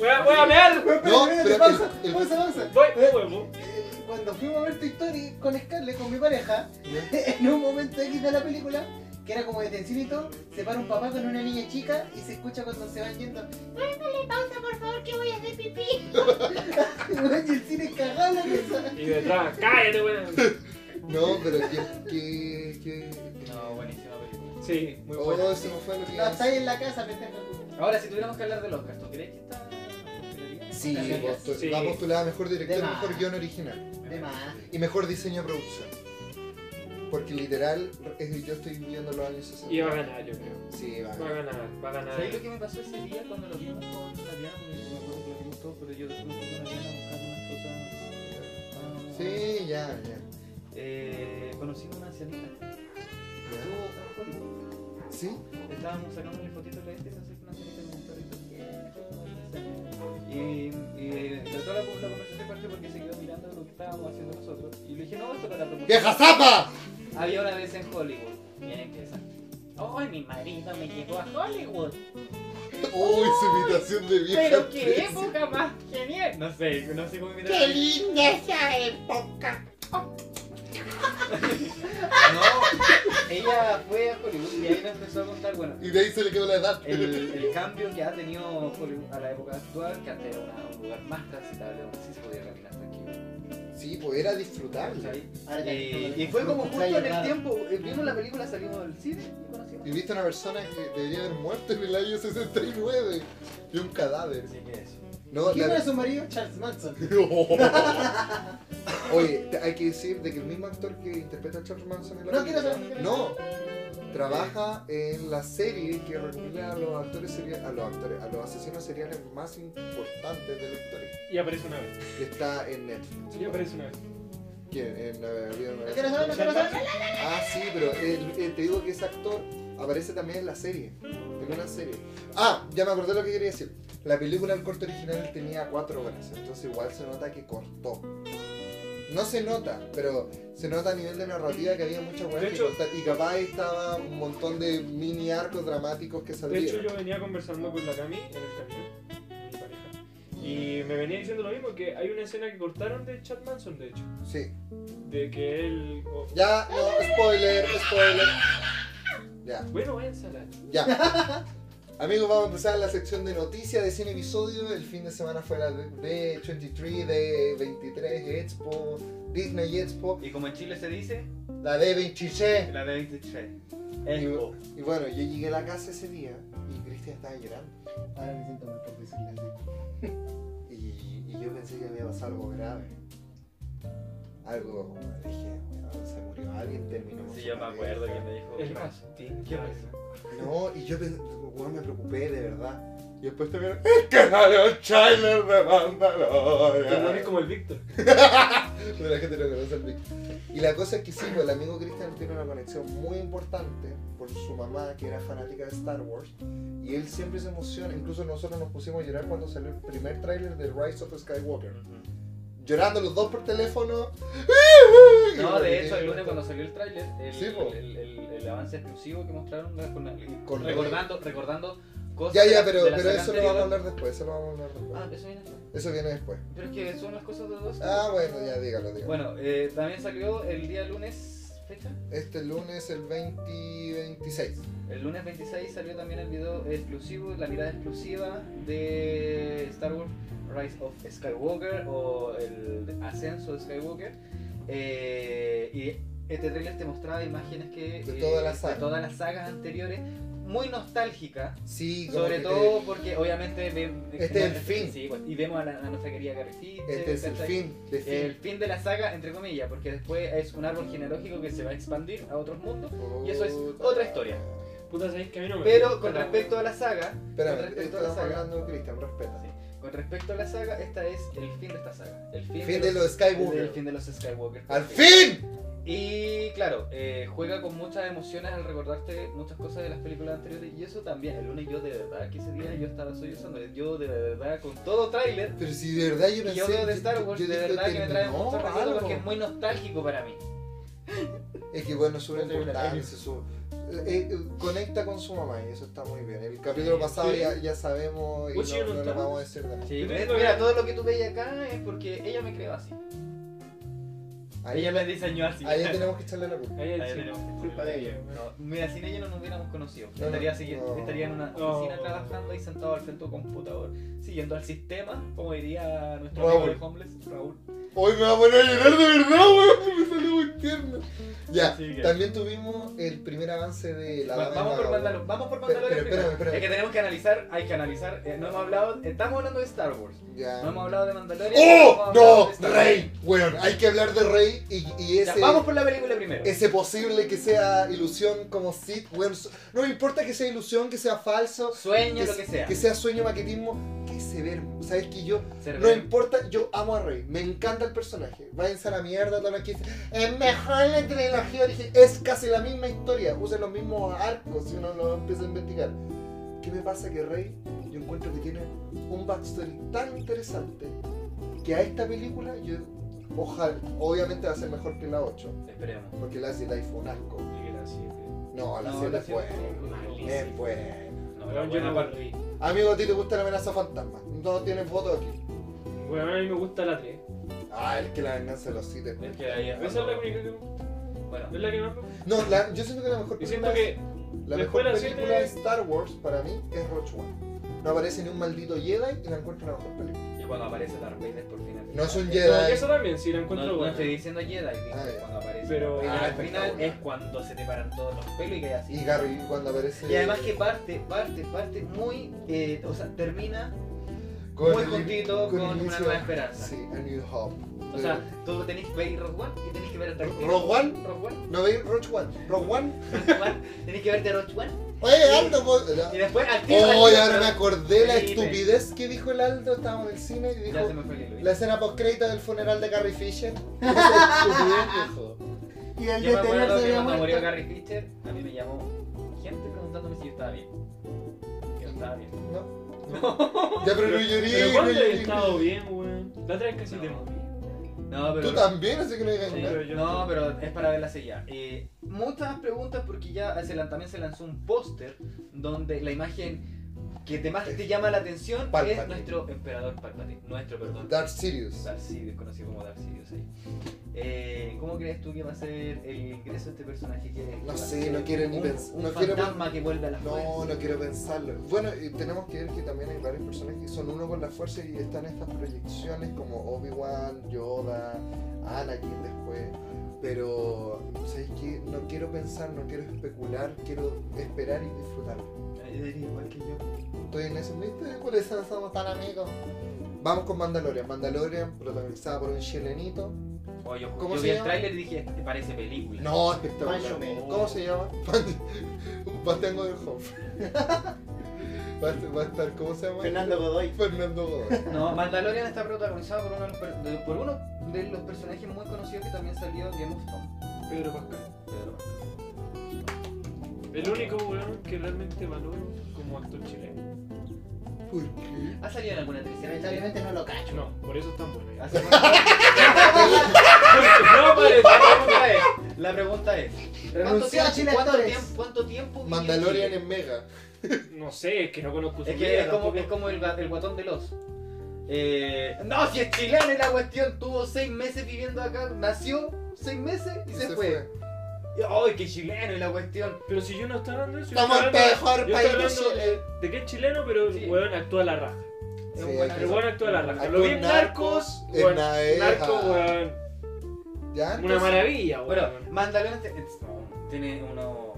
S4: Voy a, voy a mear.
S1: No, pero
S3: pausa,
S1: el- el-
S3: pausa, pausa.
S4: Voy, huevo.
S3: Eh, Cuando fuimos a ver Toy Story con Scarlett, con mi pareja, en un momento X de la película, que era como de tensión y todo, se para un papá con una niña chica y se escucha cuando se van yendo. Mándale pausa, por favor, que voy a hacer pipí. y el cine cagado la risa.
S4: Y detrás, cállate, weón.
S1: No, pero que. que, que-
S2: No, buenísima película.
S4: Sí, muy bueno.
S1: Oh, se me fue lo que
S3: No,
S1: iba a
S3: está ahí
S1: decir.
S3: en la casa, pendejo.
S2: Ahora, si tuviéramos que hablar del Oscar, ¿tú crees que está postularía?
S1: Sí,
S2: Gracias.
S1: postu-
S4: Sí.
S1: va a postular a mejor director,
S3: De más.
S1: mejor guión original.
S3: De más.
S1: y mejor diseño de producción. Porque literal, es- yo estoy viviendo los años 60.
S4: Y va a ganar, yo creo.
S1: Sí, va a
S4: Va a
S1: ganar.
S4: ganar, va a ganar.
S2: ¿Sabéis lo que me pasó ese día cuando lo vimos con la Diana? Porque me acuerdo que lo vimos todos, pero yo después me fui con la Diana a buscar unas cosas. ah,
S1: Sí, ya, ya.
S2: Eh, conocí a una ancianita. Estuvo alcohólica.
S1: ya. ¿Sí?
S2: Estábamos sacándole fotitos de este, se acerca una ancianita con un perrito. Y, y la, toda la, la conversación partió porque se quedó mirando lo que estábamos haciendo nosotros. Y le dije, no, esto para la promoción.
S1: ¡Vieja zapa!
S2: Había una vez en Hollywood. Bien empieza. ¡Ay, mi marido me llevó a Hollywood!
S1: ¡Uy, su imitación de vieja!
S2: ¡Pero qué
S1: actriz.
S2: época más genial! No sé, no sé cómo mirar.
S3: linda esa época!
S2: No, ella fue a Hollywood y ahí me empezó a contar, bueno,
S1: Y de ahí se le quedó la edad.
S2: el, el cambio que ha tenido Hollywood a la época actual, que antes era una- un lugar más transitable donde sí se podía caminar tranquilo.
S1: Sí, pues era disfrutable.
S2: ¿cachai?
S3: Eh,
S2: Y, y fue como justo en el tiempo, eh, vimos la película, salimos del cine y conocimos.
S1: Y viste a una persona que debería haber muerto en el año 69. Y un cadáver.
S2: Así que eso.
S1: No,
S3: ¿Quién
S1: la-
S3: era su marido? Charles Manson.
S1: Oye, te- hay que decir de que el mismo actor que interpreta a Charles Manson en la
S3: No
S1: película-
S3: quiero saber, no quiero
S1: No, trabaja en la serie que recopila a los actores seria- a los actores, a los asesinos seriales más importantes de la historia.
S4: Y aparece una vez.
S1: Que está en Netflix.
S4: Y aparece una vez.
S1: ¿Quién? En, eh, había una-
S3: No quiero saber, no quiero saber.
S1: Ah, sí, pero el- el- te digo que ese actor aparece también en la serie. En una serie. Ah, ya me acordé lo que quería decir. La película, el corte original tenía cuatro horas, entonces igual se nota que cortó. No se nota, pero se nota a nivel de narrativa que había muchas
S4: De
S1: weas que
S4: hecho-
S1: cortar. Y capaz ahí estaba un montón de mini arcos dramáticos que
S4: De hecho,
S1: salieron.
S4: yo venía conversando con la Cami en el camino, mi pareja, y me venía diciendo lo mismo, que hay una escena que cortaron de Chad Manson, de hecho,
S1: Sí.
S4: de que él... o-
S1: Ya, no, spoiler, spoiler. Ya.
S4: Bueno, énsala.
S1: Ya. Amigos, vamos a empezar la sección de noticias de 100 episodios. El fin de semana fue la de 23, de 23 Expo, Disney Expo,
S2: Y como en Chile se dice,
S1: la de 26.
S2: la de 23.
S1: Y,
S2: Expo.
S1: y bueno, yo llegué a la casa ese día y Cristian estaba llorando.
S3: Ahora me siento mal por decirle así.
S1: yo pensé que había pasado algo grave. Algo como dije, weón, se murió alguien, terminó. con
S7: Sí,
S1: su
S7: yo me
S1: pareja.
S7: acuerdo que me dijo.
S4: El
S7: "Oye,
S4: Martín, ¿qué pasa?
S1: No, y yo pen- weón, me preocupé de verdad. Y después te vieron, es que salió el trailer de
S4: Tú no eres
S1: Mandalorian.
S4: como el Víctor.
S1: Pero la gente no conoce al Vic. Y la cosa es que sí, pues, el amigo Christian tiene una conexión muy importante por su mamá, que era fanática de Star Wars. Y él siempre se emociona, incluso nosotros nos pusimos a llorar cuando salió el primer tráiler de Rise of Skywalker. Llorando los dos por teléfono.
S2: No,
S1: Y-
S2: de hecho,
S1: y-
S2: el lunes cuando salió el tráiler, el,
S1: Sí, po.
S2: el, el- el avance exclusivo que mostraron con la-
S1: Con-
S2: recordando, recordando cosas.
S1: Ya,
S2: de
S1: ya,
S2: la-
S1: pero,
S2: de la
S1: pero
S2: saga
S1: eso lo vamos a
S2: anterior.
S1: hablar después, eso lo vamos a hablar después.
S2: Ah, eso viene después.
S1: Eso viene después.
S2: Pero es que son las cosas de dos.
S1: Ah, bueno, ya dígalo, dígalo.
S2: Bueno, eh, también salió el día lunes, fecha.
S1: Este lunes, el 20, 26.
S2: El lunes 26 salió también el video exclusivo, la mirada exclusiva de Star Wars Rise of Skywalker o el ascenso de Skywalker. Eh, y este trailer te mostraba imágenes que,
S1: De
S2: eh,
S1: toda la saga.
S2: de todas las sagas anteriores, muy nostálgicas.
S1: Sí, como
S2: Sobre
S1: que te-
S2: todo porque obviamente ve-
S1: Este es el fin.
S2: sí, bueno, y vemos a, la- a nuestra querida Carrie Fisher,
S1: Este es el
S2: ¿cachai?
S1: fin. de fin.
S2: El fin de la saga, entre comillas, porque después es un árbol genealógico que se va a expandir a otros mundos. y eso es otra historia.
S4: Puta, sabéis que a mí no me
S2: Pero
S4: gusta
S2: con
S4: la-
S2: respecto a la saga, con
S1: Espérame,
S2: respecto a la
S1: estamos
S2: saga,
S1: hablando de Cristian, respeta.
S2: Sí. con respecto a la saga, esta es el fin de esta saga. El fin,
S1: Fin de los
S2: El
S1: Skywalker.
S2: fin de los Skywalker.
S1: ¡Al fin!
S2: Y claro, eh, juega con muchas emociones al recordarte muchas cosas de las películas anteriores. Y eso también, el lunes yo de verdad, que ese día yo estaba sollozando. eh, Yo de verdad, con todo tráiler,
S1: Pero si de verdad yo
S2: y
S1: pensé...
S2: yo veo de Star Wars,
S1: yo
S2: y de
S1: dije,
S2: verdad que me trae
S1: terminó
S2: mucho recuerdo porque
S1: algo.
S2: es muy nostálgico para mí.
S1: Es que bueno, es súper
S4: Otra
S1: importante.
S4: vez.
S1: su- eh, eh, conecta con su mamá y eso está muy bien. El capítulo pasado
S4: Sí.
S1: ya, ya sabemos y
S2: Pues
S4: Uy, sí,
S1: no, no
S4: no
S1: le
S4: estamos.
S1: vamos a decir nada.
S2: Sí,
S4: Yo
S2: ves,
S4: tengo
S2: mira,
S4: que-
S2: todo lo que tú veis acá es porque ella me creó así.
S1: Ahí,
S2: Ella me diseñó así.
S1: ahí tenemos que echarle la culpa.
S4: Ahí el
S2: Ahí
S4: chino.
S2: tenemos.
S3: Culpa de ella.
S2: No, mira, sin ella no nos hubiéramos conocido.
S1: No,
S2: estaría,
S1: no.
S2: sigui-
S1: No.
S2: estaría en una
S4: No.
S2: oficina trabajando ahí sentado al frente de un computador, siguiendo al sistema, como diría nuestro
S1: Raúl.
S2: amigo de Homeless, Raúl.
S1: Hoy me va a poner a llorar de verdad, weón. Me salió muy tierno. Ya,
S4: Así que-
S1: también tuvimos el primer avance de la
S2: Va-
S1: Dama
S2: vamos,
S1: y
S2: por
S1: Vagabundo.
S2: Mandalorian, vamos por
S1: Pero-
S2: Mandalorian.
S1: pero espérame,
S2: primero.
S1: espérame.
S2: Es que tenemos que analizar, hay que analizar. eh, no hemos hablado, estamos hablando de Star Wars.
S1: Ya.
S2: No hemos hablado de Mandalorian. hemos
S1: ¡Oh!
S2: hablado de
S1: ¡No!
S2: Star
S1: ¡Rey! Weón, hay que hablar de Rey y, y
S2: Wars. Ya,
S1: ese.
S2: vamos por la película primero.
S1: Ese posible que sea ilusión como Sid, weón. so- No me importa que sea ilusión, que sea falso,
S2: Sueño,
S1: que,
S2: lo que sea.
S1: que sea sueño, maquetismo, que se ver. ¿Sabes que yo? No
S2: Cerveza.
S1: importa, yo amo a Rey, me encanta el personaje. Váyanse a la mierda, todos los que dicen, es mejor la trilogía original. Es casi la misma historia, usan los mismos arcos si uno lo empieza a investigar. ¿Qué me pasa que Rey, yo encuentro que tiene un backstory tan interesante que a esta película yo, ojalá, obviamente va a ser mejor que la 8,
S2: Esperemos.
S1: porque la Jedi fue un asco.
S4: Y la siete.
S1: No, la
S2: No,
S1: 7
S2: la
S1: fue.
S2: siete fue malísima.
S1: Es buena.
S2: No, la
S4: Weón, yo
S2: buena
S4: no
S2: parte.
S4: barrí.
S1: Amigo, a ti te gusta la amenaza fantasma. No tienes voto aquí.
S4: Weón, a mí me gusta la 3.
S1: Ah, es que la venganza de los Sith es
S2: Es que ahí es
S4: Esa es la
S2: cuando-
S4: única que me gusta.
S2: Bueno,
S4: Es la que más me gusta.
S1: No, la- yo siento que la mejor
S4: Y
S1: película,
S4: siento que
S1: la mejor
S4: después la
S1: película
S4: siete-
S1: de Star Wars para mí es Rogue One. No aparece ni un maldito Jedi y la encuentro la mejor película.
S2: y cuando aparece Darth Vader por final.
S1: No es un
S4: No,
S1: Jedi.
S4: esa también, sí, la
S2: No,
S4: encuentro
S2: no
S4: buena.
S2: estoy diciendo Jedi, dije,
S1: Ah, ya.
S2: cuando aparece.
S4: Pero-
S2: Pero
S1: Ah,
S2: al final
S1: espectacular.
S2: es cuando se te paran todos los pelos y que así.
S1: Y Gary cuando aparece
S2: Y además que parte, parte, parte muy, eh, o sea, termina
S1: con
S2: muy
S1: el-
S2: juntito con,
S1: el
S2: una
S1: inicio-
S2: nueva esperanza.
S1: Sí, A New Hope.
S2: O sea, tú tenés que ver Rogue One y tenés que ver a Tarantino.
S1: ¿Rogue One?
S2: Rogue One,
S1: ¿No veis Rogue One? Rogue One.
S2: Rogue One, tenés que verte Rogue One.
S1: Oye, Aldo, po-
S2: Y después al tiro. al
S1: Oh,
S2: tiro,
S1: ahora
S2: pero-
S1: me acordé la
S2: Sí,
S1: estupidez que dijo el Aldo. Estábamos en el cine y
S2: Ya
S1: dijo
S2: se me fue el hilo.
S1: la escena postcrédito del funeral de Carrie Fisher. Esa estupidez que dijo.
S3: Y el
S2: Yo me acuerdo
S3: detenerse
S2: que
S3: de
S2: cuando murió
S3: muerto.
S2: Gary Fisher, a mí me llamó gente preguntándome si yo estaba bien. Que yo estaba bien.
S1: No. Ya, pero no llorí,
S4: Pero
S1: no
S4: ¿cuándo he
S1: llorí.
S4: estado bien, weón? La 3 casi
S2: No.
S4: te morí.
S2: No, pero.
S1: Tú también, así que no digas
S2: Sí,
S1: nada.
S4: pero yo-
S2: No, pero es para verla seguida. Eh, muchas preguntas porque ya se lan- también se lanzó un póster donde la imagen que te más te llama la atención
S1: Palpatine.
S2: es nuestro emperador Palpatine, nuestro perdón.
S1: Darth Sirius.
S2: Darth Sidious, conocido como Darth Sidious ahí. Eh, ¿Cómo crees tú que va a ser el ingreso de este personaje? que-
S1: No sé, no quiero ni
S2: un-
S1: pensar.
S2: Un
S1: No quiero,
S2: fantasma que vuelve a la
S1: no, no quiero pensarlo. Bueno, y tenemos que ver que también hay varios personajes que son uno con la fuerza y están estas proyecciones como Obi-Wan, Yoda, Anakin después. Pero, ¿sabes qué? No quiero pensar, no quiero especular, quiero esperar y disfrutar.
S2: Ay, Eres igual que yo.
S1: Estoy en ese ¿viste? Por eso somos tan amigos. Vamos con Mandalorian. Mandalorian, protagonizada por un chilenito.
S8: Oh, yo
S1: ¿Cómo
S8: yo
S1: se
S8: vi el
S1: llama?
S8: tráiler y dije, este parece película.
S1: No, espectacular.
S3: Pancho Man.
S1: ¿Cómo se llama? Un patengo del home. Va a, estar- va a estar, ¿cómo se llama?
S3: Fernando Godoy.
S1: Fernando Godoy.
S2: No, Mandalorian está protagonizado por uno, de los per- de, por uno de los personajes muy conocidos que también salió en Game of Thrones.
S4: Pedro Pascal.
S8: Pero-
S4: El único weón que realmente valoro como actor chileno.
S1: ¿Por qué?
S2: ¿Ha salido en alguna televisión?
S3: Lamentablemente no lo cacho.
S4: No, por eso es tan bueno. ya.
S2: Hace poco-
S4: No, padre,
S2: la pregunta es, la pregunta es, ¿cuánto
S3: Renunció a
S2: tiempo,
S3: Chile
S2: cuánto
S3: Actores.
S2: tiempo, cuánto tiempo vivió en
S1: Mandalorian
S2: Chile?
S1: en Mega.
S4: No sé, es que no conozco su
S2: Es que
S4: vida
S2: es como,
S4: tampoco.
S2: es como el, ga- el guatón de los. Eh, no, si es chileno y la cuestión, tuvo seis meses viviendo acá, nació seis meses y se, fue. Y, ¡Ay, qué chileno y la cuestión!
S4: Pero si yo no estoy hablando de eso, yo
S1: Estamos
S4: estoy
S1: el
S4: hablando,
S1: mejor
S4: yo
S1: país
S4: estoy
S1: de
S4: hablando
S1: Chile.
S4: de que es chileno, pero
S2: Sí.
S4: el weón actúa a la raja.
S2: Es un
S1: Sí,
S2: buen
S1: hay
S4: El
S1: que-
S4: weón actúa a la raja. Lo
S1: Actúa
S4: vi en
S1: en
S4: Narcos,
S1: Narcos, en
S4: weón.
S1: Naeja.
S4: Narcos, weón.
S1: ¿Ya?
S4: Una
S1: entonces-
S4: maravilla,
S2: Bueno,
S4: weón.
S2: Mandalorian te- es-
S8: Tiene uno...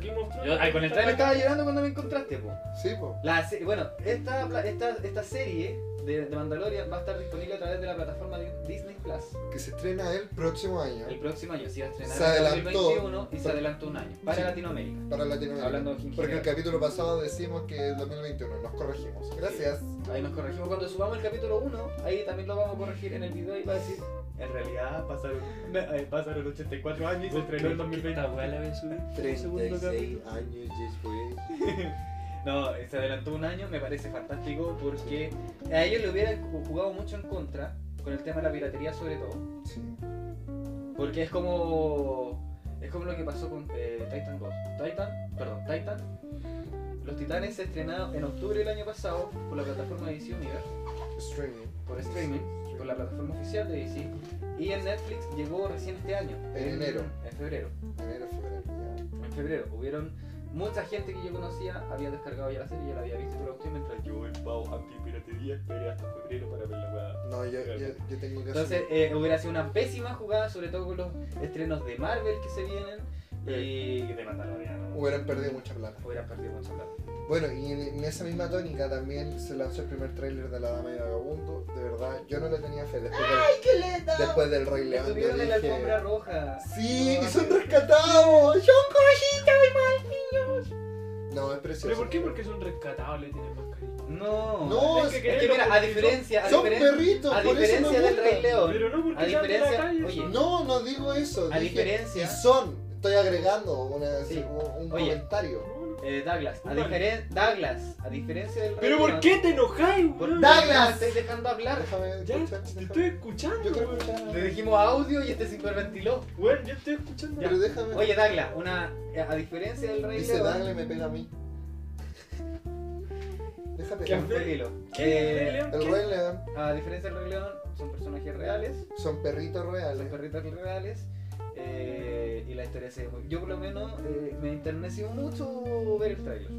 S4: Game of Thrones.
S8: Yo- ay, con el
S2: Me
S8: trailer
S2: estaba llorando cuando me encontraste, po.
S1: Sí, po.
S2: La se- bueno, esta, pla- esta, esta serie de, de Mandalorian va a estar disponible a través de la plataforma de Disney Plus
S1: Que se estrena el próximo año
S2: el próximo año. Se iba a estrenar
S1: Se
S2: en
S1: adelantó.
S2: 2021 y se adelantó un año para
S1: Sí.
S2: Latinoamérica.
S1: para Latinoamérica.
S2: Hablando en
S1: Porque el
S2: general.
S1: capítulo pasado decimos que es 2021. Nos corregimos. Gracias.
S2: Ahí nos corregimos. Cuando subamos el capítulo 1, ahí también lo vamos a corregir en el video y va a decir.
S8: En realidad pasaron, eh, pasaron 84 años y se estrenó en 2020.
S4: Esta weá la ven subir.
S1: 36
S4: Segundo capítulo.
S1: años después.
S2: No, se adelantó un año, me parece fantástico porque a ellos le hubieran ju- jugado mucho en contra con el tema de la piratería, sobre todo.
S1: Sí.
S2: Porque es como. Es como lo que pasó con eh, Titan Ghost. Titan, perdón, Titan. Los Titanes se estrenaron en octubre del año pasado por la plataforma de Edición Universe,
S1: Streaming.
S2: por streaming. por la plataforma oficial de DC y en Netflix llegó recién este año.
S1: En enero.
S2: En febrero.
S1: Enero, febrero, ya.
S2: En febrero. Hubieron mucha gente que yo conocía, había descargado ya la serie, ya la había visto por audio mientras yo.
S8: Yo, el pavo antipiratería, esperé hasta febrero para ver la weá.
S1: No, yo, yo, yo tengo que
S2: Entonces
S1: hacer.
S2: eh, hubiera sido una pésima jugada, sobre todo con los estrenos de Marvel que se vienen y
S8: Y de Mandaloriano.
S1: Hubieran perdido mucha plata.
S2: hubieran perdido mucha plata.
S1: Bueno, y en, en esa misma tónica también se lanzó el primer tráiler de La Dama y Vagabundo. De verdad, yo no le tenía fe. Después, del- después del Rey León, yo
S2: Estuvieron en la alfombra
S1: dije...
S2: roja.
S1: Sí, y son rescatados. Son cositas muy mal, niños. No, es precioso.
S4: ¿Pero por qué? Porque son rescatables, tienen más cariño.
S2: No.
S1: No,
S4: Es que
S2: Es que
S4: quererlo
S2: mira, a
S4: porque
S2: diferencia, a
S1: Son
S2: diferencia,
S1: perritos,
S2: a
S1: por eso me
S2: diferencia del Rey
S1: gustan.
S2: León.
S4: Pero no
S2: A
S4: porque sean de la
S2: diferencia-
S4: calle.
S2: oye,
S4: son-
S1: No, no digo eso.
S2: A
S1: dije,
S2: diferencia-
S1: Y son. Estoy agregando una-
S2: Sí.
S1: un, un
S2: Oye.
S1: comentario.
S2: Eh, Douglas, a
S4: Vale.
S2: diferen- Douglas, a diferencia del
S4: ¿Pero
S2: Rey
S4: por
S2: León-
S4: qué te enojáis, weón?
S1: Douglas.
S2: No me estáis dejando hablar.
S1: Déjame
S4: Ya,
S1: escuchar,
S4: te
S1: déjame-
S4: estoy escuchando,
S1: Yo creo
S4: weón.
S1: que ya-
S2: Le dijimos audio y este se hiperventiló.
S4: Weón, yo estoy escuchando.
S1: Pero déjame.
S2: Oye, Douglas, una, eh, a diferencia del Rey
S1: Dice
S2: León.
S1: Dangle me pega a mí. Déjame.
S4: ¿Qué?
S1: El
S2: Tranquilo.
S4: ¿Qué?
S2: Eh,
S4: León? ¿Qué?
S1: Rey León
S2: a diferencia del Rey León, son personajes reales,
S1: son perritos
S2: son
S1: reales.
S2: perritos reales. eh, y la historia se ve muy- Yo por lo menos eh, me enterneció mucho ver el trailer.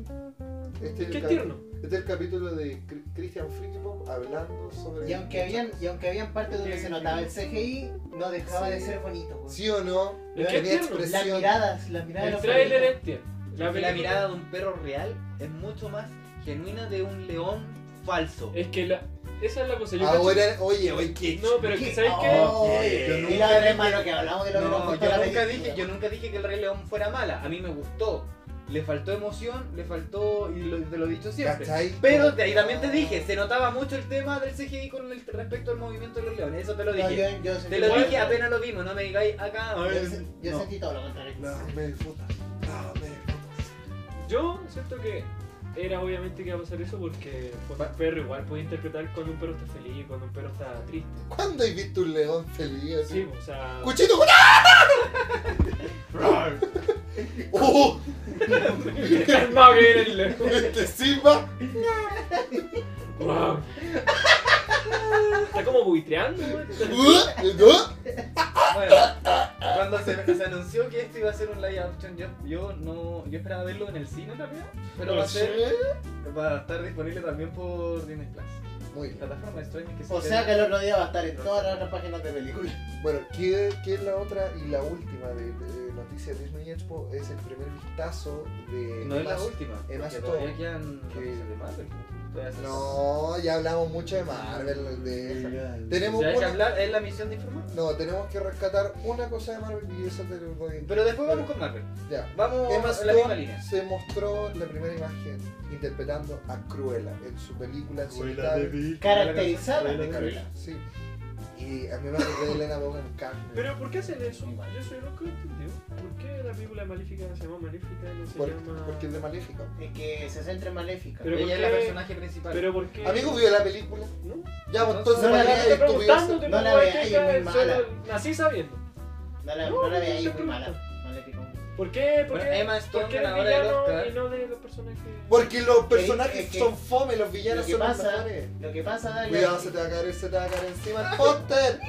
S1: Este es el
S4: Qué
S1: cap-
S4: tierno.
S1: Este es el capítulo de Cri- Christian Friedpop hablando sobre.
S3: Y aunque habían, y aunque habían partes donde
S4: Sí,
S3: se
S4: sí.
S3: notaba el CGI, no dejaba
S1: Sí.
S3: de ser bonito. güey.
S1: ¿Sí o no?
S4: Es que
S1: Tenía
S4: es tierno.
S3: Las
S1: expresión.
S3: miradas, las miradas de
S4: El
S3: los
S4: trailer
S3: perritos.
S4: es tierno.
S2: La,
S4: película-
S2: mirada de un perro real es mucho más genuina de un león falso.
S4: Es que la... Esa es la cosa. Yo
S1: Ahora, oye, oye, Ah, qué
S4: cacho- No, pero es que ¿sabes qué?
S3: Oh,
S8: qué?
S3: y la verdad, hermano, que hablamos de lo que nos
S2: No,
S3: costó
S2: yo
S3: la
S2: nunca
S3: película.
S2: dije, yo nunca dije que el Rey León fuera mala. A mí me gustó. Le faltó emoción, le faltó y lo- te lo he dicho siempre.
S1: ¿Cachai?
S2: Pero de ahí también te dije, se notaba mucho el tema del CGI con el respecto al movimiento de los leones. Eso te lo
S3: No,
S2: dije.
S3: yo- yo sentí-
S2: Te lo
S4: Igual-
S2: dije apenas lo vimos, no me digáis acá.
S3: Yo, se- yo
S2: No.
S3: sentí todo lo contrario.
S1: Dame putas. Dame putas.
S4: Yo siento que era obviamente que iba a pasar eso porque cuando un perro igual puede interpretar cuando un perro está feliz y cuando un perro está triste.
S1: ¿Cuándo has visto un león feliz?
S4: Sí,
S1: así?
S4: o sea...
S1: ¡Cuchito, cuchito! ¡Oh!
S4: Calmado que viene el león.
S1: ¡Este Simba!
S4: Wow. Está como buitreando, weón.
S1: ¡Uh!
S2: Bueno, cuando se, se anunció que esto iba a ser un live action, yo, yo no, yo esperaba verlo en el cine también, pero va a, ser, va a estar disponible también por Disney Plus.
S1: Muy bien.
S2: Plataforma de streaming que
S3: O
S2: se-
S3: sea que el otro día va a estar en todas las otras páginas de película.
S1: Bueno, ¿qué, qué es la otra y la última de, de noticias Disney Expo es el primer vistazo de.
S2: No es la
S1: más-
S2: última. porque
S1: Stone.
S2: Todavía quedan
S1: Que-
S2: noticias de Marvel. Todavía se-
S1: No, ya hablamos mucho de Marvel. De... Tenemos
S2: Si hay que
S1: una-
S2: hablar, es la misión de informar.
S1: No, tenemos que rescatar una cosa de Marvel y esa te lo voy
S2: Pero después vamos con Marvel.
S1: Ya.
S2: Vamos
S1: Emma
S2: en la misma
S1: Stone
S2: línea.
S1: se mostró en la primera imagen interpretando a Cruella en su película en
S4: Abuela de
S1: solitario.
S4: Vic.
S3: Caracterizada
S4: Abuela
S3: de
S4: de
S3: Cruella.
S4: Vic.
S1: Sí. Y a mí me acordé de Elena Bonham Carter.
S4: Pero ¿por qué hacen eso? Yo soy lo que no entendió. ¿Por qué la película Maléfica se llama Maléfica y no se
S1: Por-
S4: llama...
S1: porque es de Maléfica.
S3: Es que se centra en Maléfica.
S4: Pero
S2: Ella
S4: ¿por
S2: es la
S4: qué?
S2: personaje principal.
S4: Pero ¿por qué?
S1: Amigo, vio la película.
S4: ¿No?
S1: Ya, pues entonces,
S3: No,
S1: ¿para
S3: la
S1: qué
S3: verdad,
S1: hay
S4: Estoy
S1: estupideces?
S4: preguntándote,
S3: No la
S4: ¿por qué
S3: veas, ella
S4: cae
S3: es
S4: el
S3: muy
S4: suelo? Nací sabiendo.
S3: No la,
S4: No,
S3: no la veáis,
S4: no
S3: es muy
S4: te
S3: mala. Maléfica.
S4: ¿Por qué? ¿Por
S2: Bueno,
S4: qué?
S2: Emma Stone
S4: ¿Por qué el
S2: ganadora del
S4: villano
S2: Oscar.
S4: y no de los personajes?
S1: Porque los
S3: Es
S1: personajes
S3: que-
S1: son fome, los villanos
S3: lo que
S1: son los
S3: pasa-
S1: mejores.
S3: Lo que pasa, Dani,
S1: Cuidado, se te va a caer, se te va a caer encima el póster.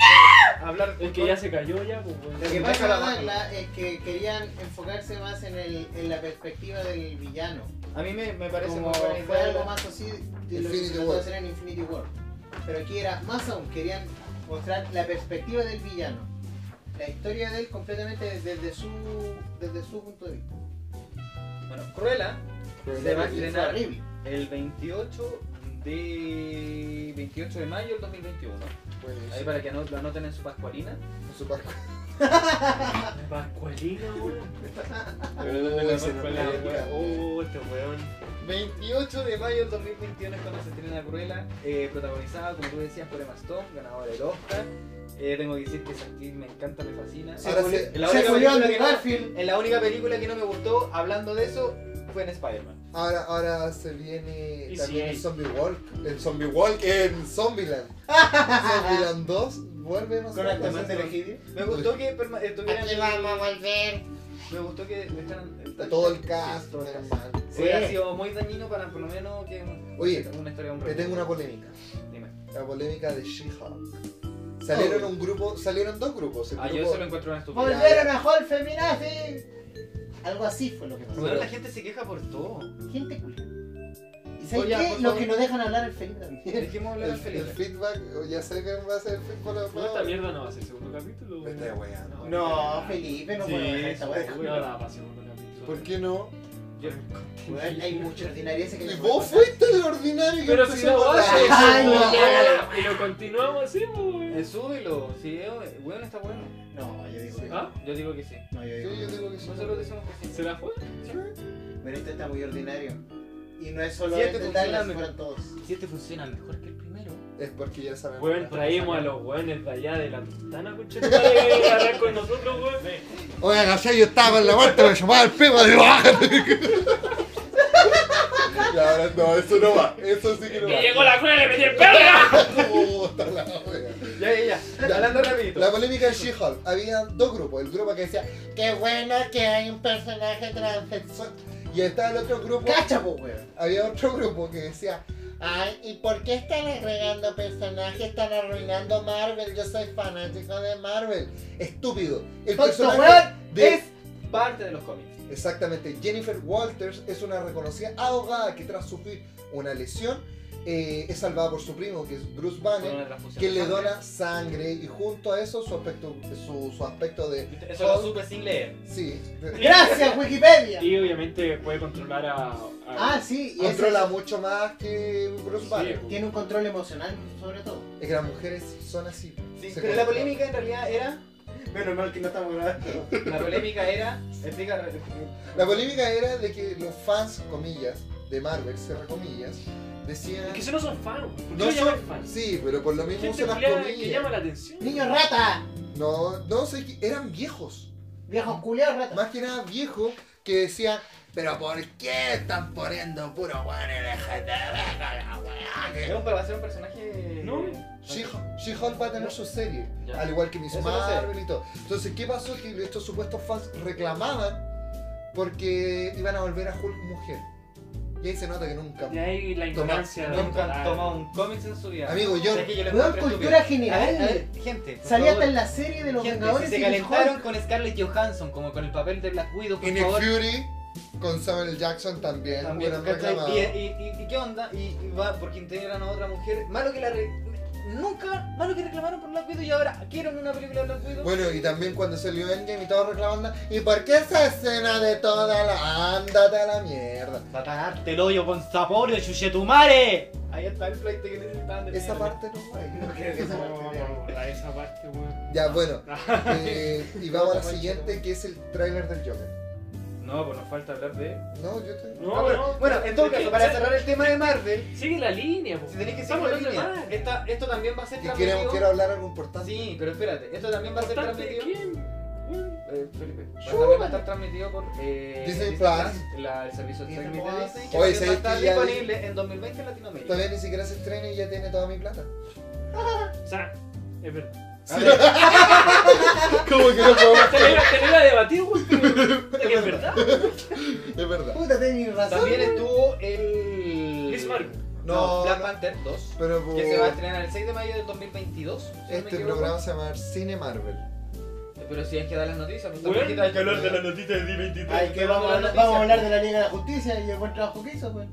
S2: Hablar
S4: Es que ya se cayó ya, pues. bueno.
S3: Lo que
S2: Deja
S3: pasa
S2: la
S3: Dani,
S2: mano.
S3: es que querían enfocarse más en, el, en la perspectiva del villano.
S2: A mí me, me parece
S3: Como
S2: muy buena
S3: fue
S2: idea.
S3: algo más así de lo que
S1: Infinity
S3: se trató
S1: War.
S3: de hacer en Infinity War. Pero aquí era más aún, querían mostrar la perspectiva del villano. La historia de él completamente desde su, desde su punto de vista.
S2: Bueno, Cruella
S3: Pues,
S2: se va a
S3: Y fue
S2: estrenar
S3: horrible.
S2: el 28 de 28 de mayo del 2021. Ahí
S1: Buenísimo.
S2: para que ano- lo anoten en su pascualina.
S1: Su pascu-
S4: Pascualina,
S1: Uy,
S4: weón.
S1: se nos
S4: Pascualina,
S1: fue la
S4: weón.
S1: boca.
S4: Oh, este weón.
S2: 28 de mayo del 2021 es cuando se estrena Cruella, eh, protagonizada, como tú decías, por Emma Stone, ganadora del Oscar. Eh, tengo que decir que esa actriz me encanta, me fascina.
S1: Sí, Ahora sí.
S2: En la
S3: Se
S2: única
S3: murió
S2: película
S3: Andrew
S2: que no-
S3: Garfield.
S2: en la única película que no me gustó, hablando de eso, fue en Spider-Man.
S1: Ahora, ahora se viene
S4: Y
S1: también
S4: sí.
S1: el Zombie Walk. El Zombie Walk en Zombieland. Zombieland 2 vuelve más
S3: Con
S1: o
S3: actuación
S1: menos.
S3: de Legidio.
S2: Me gustó que perma- eh, tuvieran...
S3: a volver.
S2: Me gustó que dejaran... el-
S1: Todo el
S2: Sí,
S1: cast,
S2: todo el
S1: menos
S2: cast.
S1: mal.
S2: Sí. Hubiera sido muy dañino para por lo menos que
S1: Oye,
S2: que una historia de un
S1: Te
S2: rey.
S1: tengo una polémica.
S2: Dime.
S1: La polémica de She-Hulk. Salieron un grupo, salieron dos grupos. El
S2: Ah, yo
S1: grupo-
S2: eso lo encuentro una estupidez.
S3: ¡Volvieron a Hall Feminazi! Algo así fue lo que pasó.
S2: Bueno, la gente se queja por todo.
S3: Gente culia. ¿Y
S2: Oye,
S3: sabes
S2: por
S3: qué? Lo
S2: favor.
S3: que nos dejan hablar el Felipe también.
S2: Dejemos hablar
S1: el,
S2: al
S1: el
S2: Felipe.
S1: feedback, ya sé que va a ser el feedback.
S4: No, esta mierda no va a ser segundo capítulo.
S1: Me está weando.
S3: No, Felipe, no
S4: Sí,
S3: puedo dejar esta
S4: seguro
S3: weá.
S4: que no va para segundo capítulo.
S1: ¿Por qué no?
S3: Weón, Hay mucha ordinariez que
S1: Y
S3: no
S1: vos
S3: puedo
S1: fuiste el ordinario que
S4: Pero si
S1: empezó
S4: no
S1: por la-
S4: hace eso,
S3: Ay,
S4: weón.
S3: no.
S4: Y lo continuamos pues. así,
S2: Eh,
S4: weón.
S2: súbelo, si es bueno está bueno.
S3: contar. No, yo digo que no.
S4: ¿Ah?
S2: Yo digo que sí.
S3: No, yo
S1: Sí,
S3: digo que
S1: yo
S3: no.
S1: digo que sí.
S2: Nosotros decimos que sí.
S4: ¿Se la fue?
S3: Pero esto está muy ordinario. Y no es solo
S2: Siete
S3: este Dallas,
S2: funcionan
S3: fueron todos.
S2: Si este funciona mejor que el primero.
S1: Es porque ya sabemos.
S4: Weón, traímos a los weones de allá de la Montana, conchetumare, que vienen a hablar con nosotros, weón.
S1: Oye, García, yo estaba en la muerte, me llamaba el pico de Ya, ahora no, eso no va. Eso sí que no va.
S4: Que llegó la cruel y le metí el perro.
S1: Puta la wea.
S2: Ya, ya, ya. Hablando rapidito.
S1: La polémica de She-Hulk. Había dos grupos. El grupo que decía, qué bueno que hay un personaje transexual. Y estaba el otro grupo.
S3: ¡Cacha, po, weón!
S1: Había otro grupo que decía,
S9: Ay, ¿y por qué están agregando personajes? Están arruinando Marvel. Yo soy fanático de Marvel.
S1: estúpido. El
S2: Tonto,
S1: personaje
S2: weón,
S1: de
S2: Es parte de los cómics.
S1: Exactamente, Jennifer Walters es una reconocida abogada que tras sufrir una lesión eh, es salvada por su primo, que es Bruce
S2: Con
S1: Banner,
S2: una transfusión
S1: que
S2: de
S1: le
S2: sangre.
S1: dona sangre y junto a eso su aspecto, su, su aspecto de...
S2: Eso lo supe sin leer.
S1: Sí, de-
S3: ¡Gracias, Wikipedia!
S4: Y obviamente puede controlar a. a-
S3: Ah, sí, y ese
S1: controla mucho más que Bruce
S4: Sí,
S1: Banner.
S4: weón.
S3: tiene un control emocional, sobre todo.
S1: Es que las mujeres son así.
S2: Sí,
S1: Se
S2: pero
S1: controlan.
S2: la polémica en realidad era.
S3: Menos mal que no estamos grabando.
S2: La polémica era. Explica.
S1: La polémica era de que los fans, comillas, de Marvel, cierra comillas, decían...
S4: Es que eso no son fans, weón. ¿Por qué
S1: No
S4: lo llaman
S1: son-
S4: fans?
S1: Sí, pero por lo mismo
S4: Gente
S1: usan las
S4: culiada que llama
S1: comillas.
S4: la atención.
S3: ¡Niño rata!
S1: No, no sé, qué- eran viejos.
S3: ¡Viejo culiao rata!
S1: más que nada viejo que decía pero por qué están poniendo puro weón LGTB
S2: Es un, va a ser un personaje.
S4: No.
S1: She-Hulk She-Hulk va a tener su serie
S2: Ya.
S1: al igual que Miss
S2: Eso lo sé.
S1: Marvel y todo entonces qué pasó que estos supuestos fans reclamaban porque iban a volver a Hulk mujer y ahí se nota que nunca
S4: De ahí la ignorancia. de
S2: Nunca han
S4: la-
S2: tomado un cómics en su vida.
S1: amigo yo
S2: O sea, que yo lo
S3: Weón,
S2: encontré
S3: cultura
S2: estúpido. A ver, a
S3: general.
S2: ver, gente. por
S3: Salía
S2: favor.
S3: hasta en la serie de los
S2: Gente,
S3: Vengadores
S2: si se
S3: y el
S2: calentaron
S3: Hulk.
S2: con Scarlett Johansson, como con el papel de Black Widow, por
S1: en el
S2: favor.
S1: Fury con Samuel L. Jackson también,
S2: También,
S1: hubieran
S2: ¿cachai?
S1: reclamado
S2: y, y- y- y qué onda? Y, y va porque integran a otra mujer. Malo que la. re-
S10: nunca más lo que reclamaron por Black Widow y ahora quieren una película de Black Widow.
S1: Bueno, y también cuando salió Endgame y todos reclamando, ¿y por qué esa escena de toda la... Ándate a la mierda?
S10: Tatarte el hoyo con sabor de chuchetumare.
S2: Ahí está el flight que necesitaban de
S1: Esa parte no hay.
S3: No creo que esa parte sea.
S4: no, la- esa parte, weón.
S1: Ya, bueno.
S3: Ah,
S1: eh, y vamos a la siguiente, que es el tráiler del Joker.
S4: No, pues nos falta hablar de.
S1: No, yo te...
S4: No,
S3: Ah, pero-
S4: no.
S3: Bueno, en todo
S4: Es que-
S3: caso, para cerrar el tema de Marvel,
S4: Sigue la línea, po.
S3: si tenéis que seguir
S4: Estamos
S3: la
S4: hablando de
S3: línea,
S4: Marvel.
S3: esta- esto también va a ser
S1: Que quiero,
S3: transmitido-
S1: quiero hablar algo importante.
S2: Sí, pero espérate, esto también va a ser
S4: ¿Importante de
S2: transmitido.
S4: quién? Weón.
S2: Eh, Felipe, va-
S1: Chúpala.
S2: también va a estar transmitido por eh,
S1: Disney Plus.
S2: la- el servicio de streaming de Disney, que
S1: Oye,
S2: también
S1: ¿sabes
S2: va a estar
S1: que ya vi-
S2: disponible en 2020 en Latinoamérica.
S1: Todavía ni siquiera se estrena y ya tiene toda mi plata.
S4: O sea, es verdad.
S1: ¿Cómo que no puedo?
S4: Te lo iba- te lo iba a debatir, weón, pero. Es verdad.
S1: Es verdad.
S3: Puta, tenéis razón.
S2: También estuvo el...
S4: Miss Marvel.
S1: No,
S2: Black
S1: no,
S2: Panther 2,
S1: pero por-
S2: que se va a estrenar el 6 de mayo del 2022. si no me
S1: este
S2: equivoco.
S1: programa se llama Cine Marvel.
S2: Pero si hay que dar las noticias, pues
S4: Bueno,
S2: tampoco hay que hablar de
S4: la notita de D23.
S3: Ay, que vamos, a hablar- vamos a hablar de la Liga de la Justicia y el buen trabajo que hizo, pues.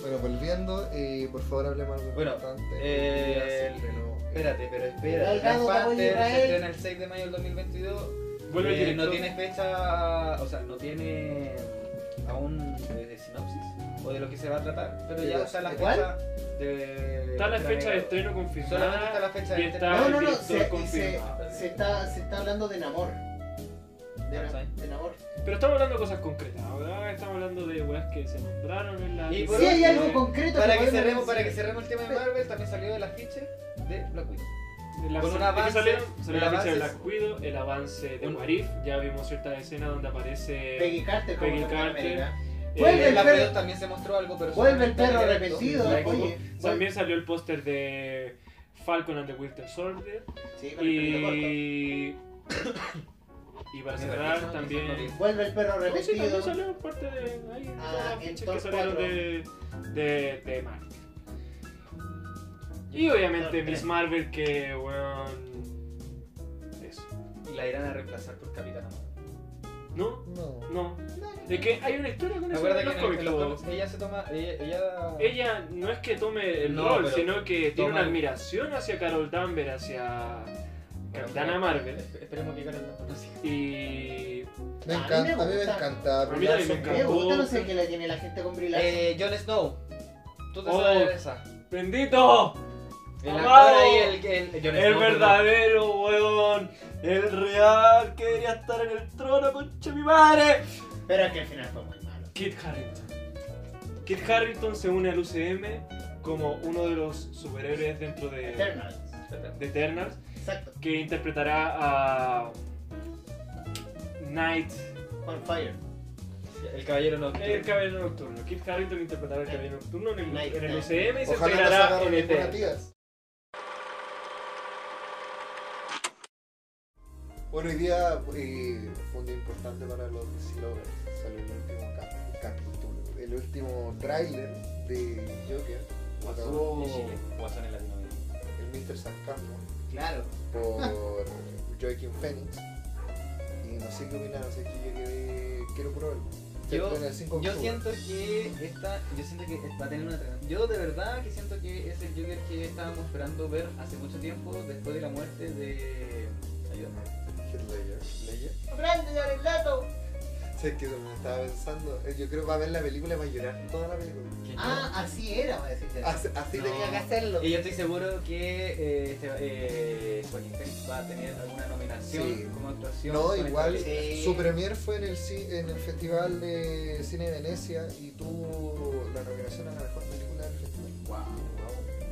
S1: Bueno, volviendo, eh, por favor hablemos algo
S2: Bueno,
S1: importante.
S2: eh,
S1: Ya se estrenó.
S2: Espérate, pero
S3: Al
S2: espérate. Black
S3: lado, Cowboy
S2: Panther
S3: Israel.
S2: se estrena el 6 de mayo del 2022.
S4: Vuelve
S2: Eh,
S4: el director.
S2: no tiene fecha, o sea, no tiene mm, aún de, de sinopsis o de lo que se va a tratar, pero ya, o sea, la
S3: ¿De cuál?
S2: fecha de...
S4: Está la fecha de estreno
S2: Solamente está
S4: confirmada.
S2: la fecha de
S4: y
S2: estreno.
S3: No,
S4: está
S3: no,
S4: el
S3: no,
S4: director
S3: se, y se,
S4: confirmado.
S3: Eh, se está, se está hablando de Namor.
S2: Ah,
S3: De, na,
S2: Outside.
S3: de Namor.
S4: Pero estamos hablando de cosas concretas, ¿verdad? Estamos hablando de weas que se nombraron en la.
S2: Y
S3: Si
S2: por
S3: hay
S2: último,
S3: algo concreto
S2: Para que,
S3: podemos
S2: cerremos, para que
S3: decir.
S2: cerremos el tema de Marvel, también salió el afiche de Black Widow.
S4: de la-
S2: con un
S4: de que
S2: avance,
S4: salieron- salió la
S2: el
S4: fecha de
S2: avance-
S4: Black Widow, el avance de
S2: Un-
S4: Warif. Ya vimos cierta escena donde aparece. eh,
S3: Peggy Carter como
S4: Peggy
S3: Capitán
S4: Carter.
S3: América.
S4: eh,
S3: Vuelve
S2: En
S3: el
S2: Black
S3: perro.
S2: Widow también se mostró algo, pero...
S3: Vuelve el
S2: solamente
S3: perro
S2: directo.
S3: arrepentido,
S2: Black Widow.
S3: oye.
S4: También salió el póster de Falcon and the Winter Soldier.
S3: Sí, con el pelito corto.
S4: Y. y para cerrar también.
S3: Vuelve el perro
S4: No, sí,
S3: arrepentido.
S4: también salió parte de. Ahí,
S3: Ah,
S4: todas las
S3: en
S4: fichas
S3: Thor
S4: que salieron
S3: cuatro.
S4: de. de. de Marvel. Y obviamente
S3: Thor tres.
S4: Miss Marvel, que weón. Eso.
S2: Y la irán a reemplazar por Capitana Marvel.
S4: No,
S1: No.
S4: no. De que hay una historia con eso
S2: Recuerda
S4: en
S2: que en
S4: los
S2: el-
S4: cómics.
S2: en los
S4: po.
S2: cómics ella se toma... Ella... ella-
S4: Ella no es que tome el
S2: No,
S4: rol,
S2: pero
S4: sino que tiene una
S2: toma-
S4: admiración hacia Carol Danvers, hacia
S2: Bueno,
S4: Capitana
S2: pero-
S4: Marvel.
S2: Esperemos que Carol no conozca.
S4: Y
S1: Me
S3: A mí me
S1: encanta, a mí me
S3: gusta.
S1: encanta.
S4: A mí también me
S1: Brillarson.
S4: encanta.
S3: Me gusta, Eh, no sé qué le tiene la gente con Brie Larson.
S2: Eh, Jon Snow. Tú te
S4: Oh.
S2: sabes de esa.
S4: bendito,
S2: El
S4: Amado.
S2: actor ahí, el, el, Jon
S4: el
S2: Snow,
S4: verdadero weón, el real que debería estar en el trono, concha mi madre.
S3: Pero es que al final fue muy malo.
S4: Kit Harrington. Kit Harrington se une al UCM como uno de los superhéroes dentro de,
S3: Eternals.
S4: de Eternals,
S3: Exacto.
S4: que interpretará a Knight,
S3: On Fire.
S2: El caballero no.
S4: el Caballero Nocturno. Kit Harrington interpretará al Caballero Nocturno en el,
S3: Knight,
S4: en el
S3: Knight.
S4: UCM y se
S1: Ojalá no se
S4: estrenará
S1: agarren
S4: en E
S1: ninguna
S4: Eternals.
S1: tías. Bueno, hoy día eh, fue un día importante para los DC lovers. Salió el último cap- capítulo, el último tráiler de Joker. Lo acabó
S2: Guasón en Latinoamérica.
S1: el Mr. Sarcasmo
S3: Claro.
S1: por Joaquin Phoenix. Y no sé qué opinar, no sé que yo quedé. Quiero probarlo. Se
S2: Yo-
S1: estrena el 5 de
S2: Yo
S1: octubre.
S2: siento que esta. Yo siento que va a tener una tremenda. Yo de verdad que siento que es el Joker que estábamos esperando ver hace mucho tiempo después de la muerte de. Ayúdame.
S1: Heath Ledger.
S2: Leia.
S3: Grande, ya el lato.
S1: ¿Sabes qué? Me estaba pensando. eh, Yo creo que va a ver la película y va a llorar toda la película.
S2: Que
S3: Ah, así era, va a decirte.
S1: Así, así
S2: No.
S1: tenía que hacerlo.
S2: Y yo estoy seguro que eh, este, eh, Joaquín Phoenix va a tener alguna nominación
S1: Sí.
S2: como actuación.
S1: No,
S2: con esta
S1: igual
S2: película.
S3: Sí.
S1: su premier fue en el, ci- en el Festival de Cine de Venecia y tuvo la nominación a la mejor película del festival.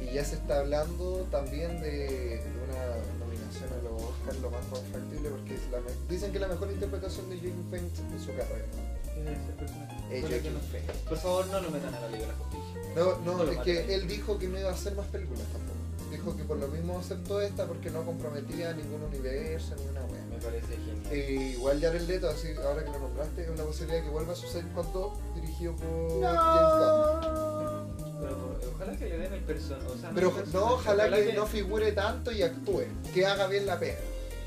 S1: Y ya se está hablando también de, de una nominación a los Oscars lo más factible porque es la me- dicen que es la mejor interpretación de Joaquin Phoenix en su carrera.
S2: ¿Quién es esa persona?
S1: Eh,
S2: Bueno, que
S1: Joaquin
S2: no-
S1: Phoenix.
S2: Por favor, no lo metan a la Liga de la Justicia.
S1: No, no,
S2: No lo
S1: es
S2: maten.
S1: que él dijo que no iba a hacer más películas tampoco. Dijo que por lo mismo aceptó esta porque no comprometía ningún universo ni una wea.
S2: Me parece genial.
S1: Eh, igual ya el Leto, así, ahora que lo nombraste, es una posibilidad que vuelva a suceder con dos, dirigido por James Gunn.
S2: Pero eh, ojalá que le den el personaje. O sea, no
S1: Pero
S2: el personaje,
S1: no, ojalá que no figure tanto y actúe, que haga bien la pena.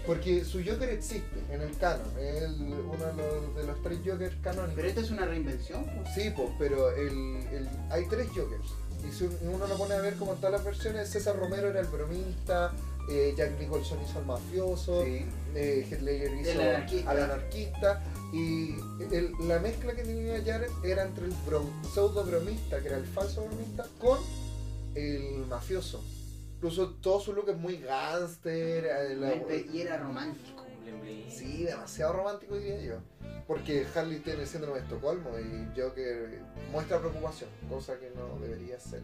S1: Porque su Joker existe en el canon, es el- uno de los, de los tres Jokers
S3: Pero
S1: canónicos.
S3: esto es una reinvención. pues.
S1: Sí, pues, pero el, el- hay tres Jokers. Y si uno lo pone a ver como en todas las versiones, César Romero era el bromista, eh, Jack Nicholson hizo al mafioso,
S3: Sí.
S1: eh, Heath Ledger hizo
S3: El anarquista.
S1: al anarquista. Y el- la mezcla que tenía Jared era entre el bro- pseudo bromista, que era el falso bromista, con el mafioso. Incluso todo su look es muy gángster. eh, la-
S3: Y era romántico.
S1: Sí, demasiado romántico diría yo. Porque Harley tiene síndrome de Estocolmo y Joker muestra preocupación, cosa que no debería ser.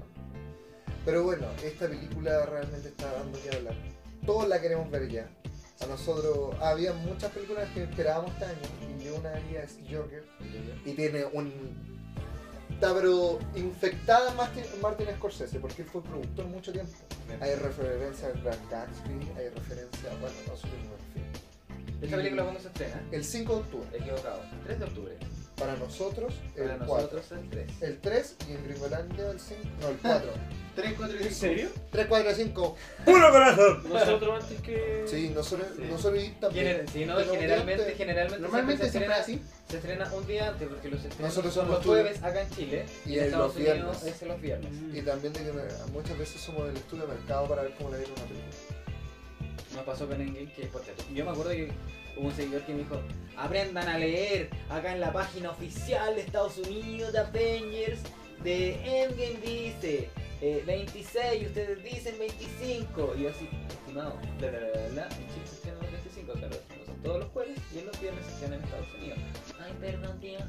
S1: Pero bueno, esta película realmente está dando que hablar. Todos la queremos ver ya. A nosotros había muchas películas que esperábamos este año y yo una de ellas es Joker y tiene un... Está pero infectada Martin, Martin Scorsese porque él fue productor mucho tiempo. Hay referencia a Grand Gatsby, hay referencia, bueno, no su mismo perfil.
S2: Esta película cuando se estrena,
S1: El 5 de octubre.
S2: equivocado, 3 de octubre.
S1: Para nosotros, el
S2: Para
S1: 4.
S2: nosotros el 3.
S1: El 3 y en Gringolandia el 5. No, el 4.
S3: 3, 4 y
S4: ¿En serio?
S1: 3, 4, 5.
S4: Nosotros antes que.
S1: Sí, nosotros,
S2: Sí.
S1: nosotros y también.
S2: Gener- sí, no,
S1: Pero
S2: generalmente,
S1: obviamente-
S2: generalmente
S3: Normalmente
S2: se
S3: siempre
S2: estrena,
S3: es así.
S2: se estrena un día antes porque los estrenos
S1: Nosotros
S2: son
S1: somos
S2: los jueves acá en Chile
S1: Y
S2: y en
S1: en
S2: Estados
S1: los viernes.
S2: Unidos es en los viernes.
S1: Y también de que me- muchas veces somos el estudio de mercado para ver cómo le viene una película.
S2: Nos pasó con Endgame que por cierto, yo me acuerdo que hubo un seguidor que me dijo, aprendan a leer acá en la página oficial de Estados Unidos de Avengers de Endgame dice eh, 26 y ustedes dicen 25 y yo así, estimado, la la la la, la, en Chile se estrena los 25, claro, no son todos los jueves y en los viernes se estrena en Estados Unidos. Ay, perdón, tío.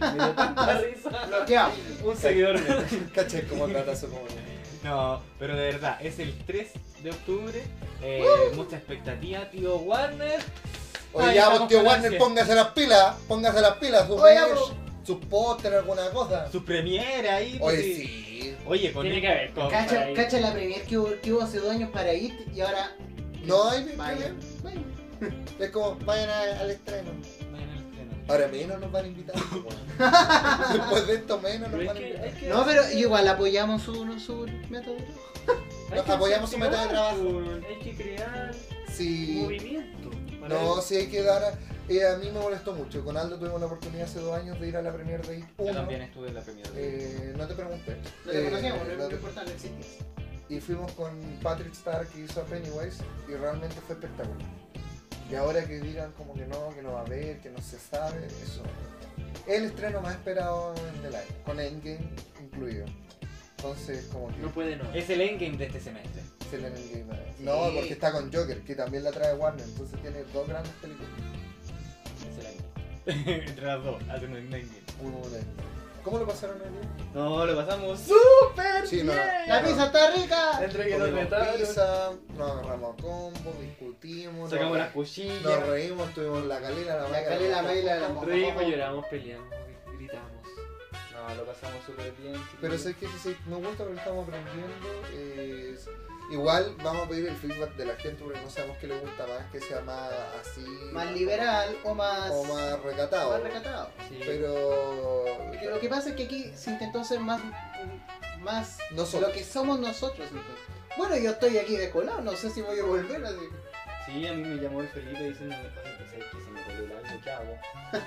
S2: Me dio tanta risa.
S3: Bloqueado.
S4: Un seguidor menos.
S1: Caché cómo trata su comunidad.
S11: No, pero de verdad, es el 3 de octubre. eh, mucha expectativa, tío Warner.
S1: Oye,
S11: Ahí
S1: ya vos,
S11: estamos
S1: tío
S11: con
S1: Warner,
S11: ansia.
S1: póngase las pilas. Póngase las pilas. Sus
S3: Oye,
S1: banners,
S3: bro.
S1: sus póster, alguna cosa.
S11: Su premiere ahí. pues,
S1: Oye,
S11: sí.
S1: sí.
S11: Oye, con
S4: Tiene que haber
S11: con-
S4: cosas.
S3: Cacha, cacha la premier que hubo, que hubo hace dos años para IT y ahora.
S1: No hay ni
S3: Vaya.
S1: Es como, vayan a- al estreno.
S11: Vayan al estreno.
S1: Ahora menos nos van a invitar. pues, bueno. Después de esto menos nos
S4: Pero
S1: van
S4: es
S1: a
S4: que
S1: invitar.
S4: hay que.
S3: No, pero igual apoyamos su, no, su método.
S4: hay
S1: nos
S4: que
S1: apoyamos su meta de trabajo.
S4: incentivar, Hay que crear
S1: Sí.
S4: movimiento. para
S1: No,
S4: eso.
S1: sí hay que dar. A, eh, a mí me molestó mucho. Con Aldo tuvimos la oportunidad hace dos años de ir a la Premier de IT
S11: Yo
S1: 1.
S11: también estuve en la premiere.
S1: Eh, no te pregunté.
S3: No te
S1: Eh,
S3: conocíamos, no
S1: no
S3: es
S1: te-
S3: importante, existías.
S1: Y fuimos con Patrick Starr que hizo a Pennywise y realmente fue espectacular. Y ahora que digan como que no, que no va a haber, que no se sabe, eso. El estreno más esperado del año, con Endgame incluido. Entonces, como que.
S4: No puede no.
S11: Es el endgame de este semestre.
S1: se le- eh. No, porque está con Joker, que también la trae Warner, entonces tiene dos grandes películas.
S11: Es el endgame. Entre las dos, hacen un endgame.
S1: Uno de- ¿Cómo lo pasaron el día?
S2: No, lo pasamos
S1: Sí, no.
S3: ¡La pizza está rica!
S2: Entre que nos
S1: Comimos
S2: metaron.
S1: pizza, nos agarramos a combo, discutimos,
S2: Sacamos
S1: nos,
S2: las cuchillas.
S1: nos reímos, tuvimos la calera, la
S3: La calera baila la
S4: Reímos, lloramos, peleamos, gritamos.
S2: No, lo pasamos súper bien.
S1: Pero
S2: chiquillos.
S1: sé que sí, sí, me gusta porque estamos aprendiendo. es- Igual vamos a pedir el feedback de la gente porque no sabemos qué le gusta más, que sea más así.
S3: Más liberal o más.
S1: O más recatado.
S3: más recatado.
S2: Sí.
S1: Pero.
S3: Porque Lo que pasa es que aquí se intentó ser más. más.
S1: Nosotros.
S3: lo que somos nosotros, entonces. Bueno, yo estoy aquí de colado, no sé si voy a volver así.
S2: Sí, a mí me llamó el Felipe diciéndome, oye, pues es que se me coló el algo, ¿qué hago? Pues,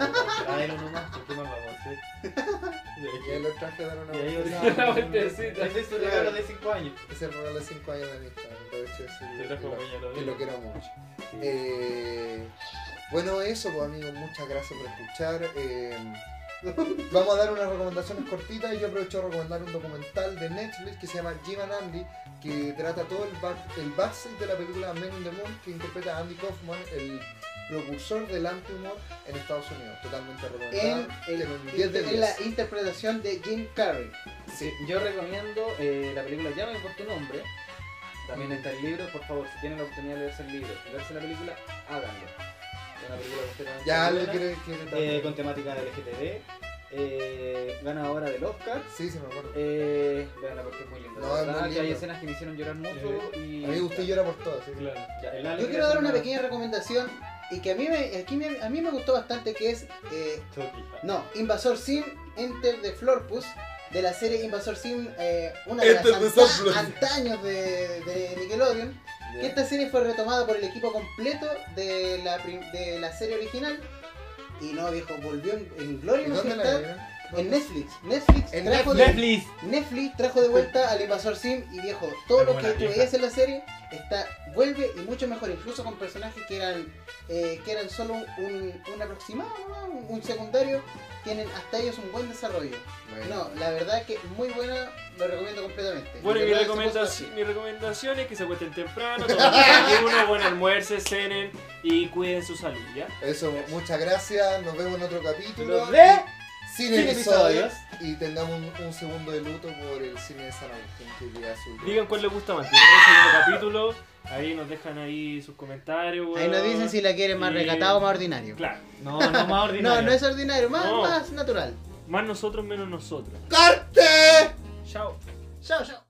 S2: Tráelo nomás, pues, ¿qué más vamos a hacer?
S1: Y ahí lo traje a dar una
S2: Y ahí
S1: vuelta.
S2: otra-
S4: La vueltecita.
S2: Ese es su regalo de 5 años.
S1: Es el regalo de 5 años de amistad. Aprovecho de decir
S4: Te
S1: que
S4: trajo
S1: lo-
S4: pañuelo,
S1: que
S4: ¿eh?
S1: lo quiero mucho. Eh, bueno, eso, pues amigos, muchas gracias por escuchar. eh, vamos a dar unas recomendaciones cortitas. Yo aprovecho de recomendar un documental de Netflix que se llama Jim and Andy, que trata todo el, back, el backstage de la película Men in the Moon, que interpreta a Andy Kaufman, el precursor del anti-humor en Estados Unidos. Totalmente recomendado.
S3: En, el-
S1: Tiene un 10 de
S3: en la
S1: 10.
S3: interpretación de Jim Carrey.
S2: Sí, yo recomiendo eh, la película Llamen por tu nombre. También está el libro, por favor, si tienen la oportunidad de leerse el libro y verse la película, háganlo. Es una película completamente
S1: Ya le
S2: buena,
S1: quiere, quiere
S2: eh,
S1: también.
S2: con temática LGTB. Eh, gana ahora del Oscar.
S1: Sí, sí, me acuerdo.
S2: Eh, veanla porque es muy linda.
S1: No,
S2: La
S1: es muy
S2: verdad que hay
S1: lindo.
S2: escenas que me hicieron llorar mucho y...
S4: Eh,
S1: A mí usted llora por todo, sí.
S4: Claro.
S2: Ya, el Ale
S3: Yo
S2: quiere
S3: quiero
S2: hacer
S3: dar una pequeña recomendación y que a mí me, aquí me- a mí me gustó bastante que es eh, no Invasor Sim Enter the Florpus de la serie Invasor Sim eh, una de
S1: Enter the
S3: las
S1: Florpus.
S3: anta- antaños de, de Nickelodeon que esta serie fue retomada por el equipo completo de la, prim- de la serie original y no viejo volvió en, en gloria
S1: ¿Y
S3: y
S1: dónde la
S3: majestad
S1: vieron?
S3: en Netflix. Netflix,
S1: En
S3: trajo de,
S2: Netflix.
S3: Netflix trajo de vuelta al Invasor Sim y viejo, todo
S4: Pero
S3: lo que
S4: buena
S3: tú
S4: vieja.
S3: veías en la serie está vuelve y mucho mejor, incluso con personajes que eran eh, que eran solo un, un aproximado, ¿no? un, un secundario, tienen hasta ellos un buen desarrollo. No, la verdad es que muy buena, lo recomiendo completamente.
S4: Bueno,
S3: De
S4: mi,
S3: verdad,
S4: recomendación,
S3: supuesto,
S4: mi recomendación es que se acuesten temprano, tomen desayuno, buen almuerzo, cenen y cuiden su salud, ¿ya?
S1: Eso, muchas gracias. Nos vemos en otro capítulo.
S2: Los de.
S1: Sin,
S2: sin
S1: episodios.
S2: episodios.
S1: Y tengamos un, un segundo de luto por el cine de San Agustín que ya subió.
S4: Digan cuál les gusta más, primero segundo capítulo, ahí nos dejan ahí sus comentarios,
S3: Ahí nos dicen si la quieren más
S4: Y-
S3: recatado o más ordinario.
S4: Claro, no, no más
S3: No,
S4: ordinario.
S3: no es ordinario, más,
S4: No.
S3: más natural.
S4: Más nosotros menos nosotros.
S1: ¡Corte!
S4: Chao.
S3: Chao, chao.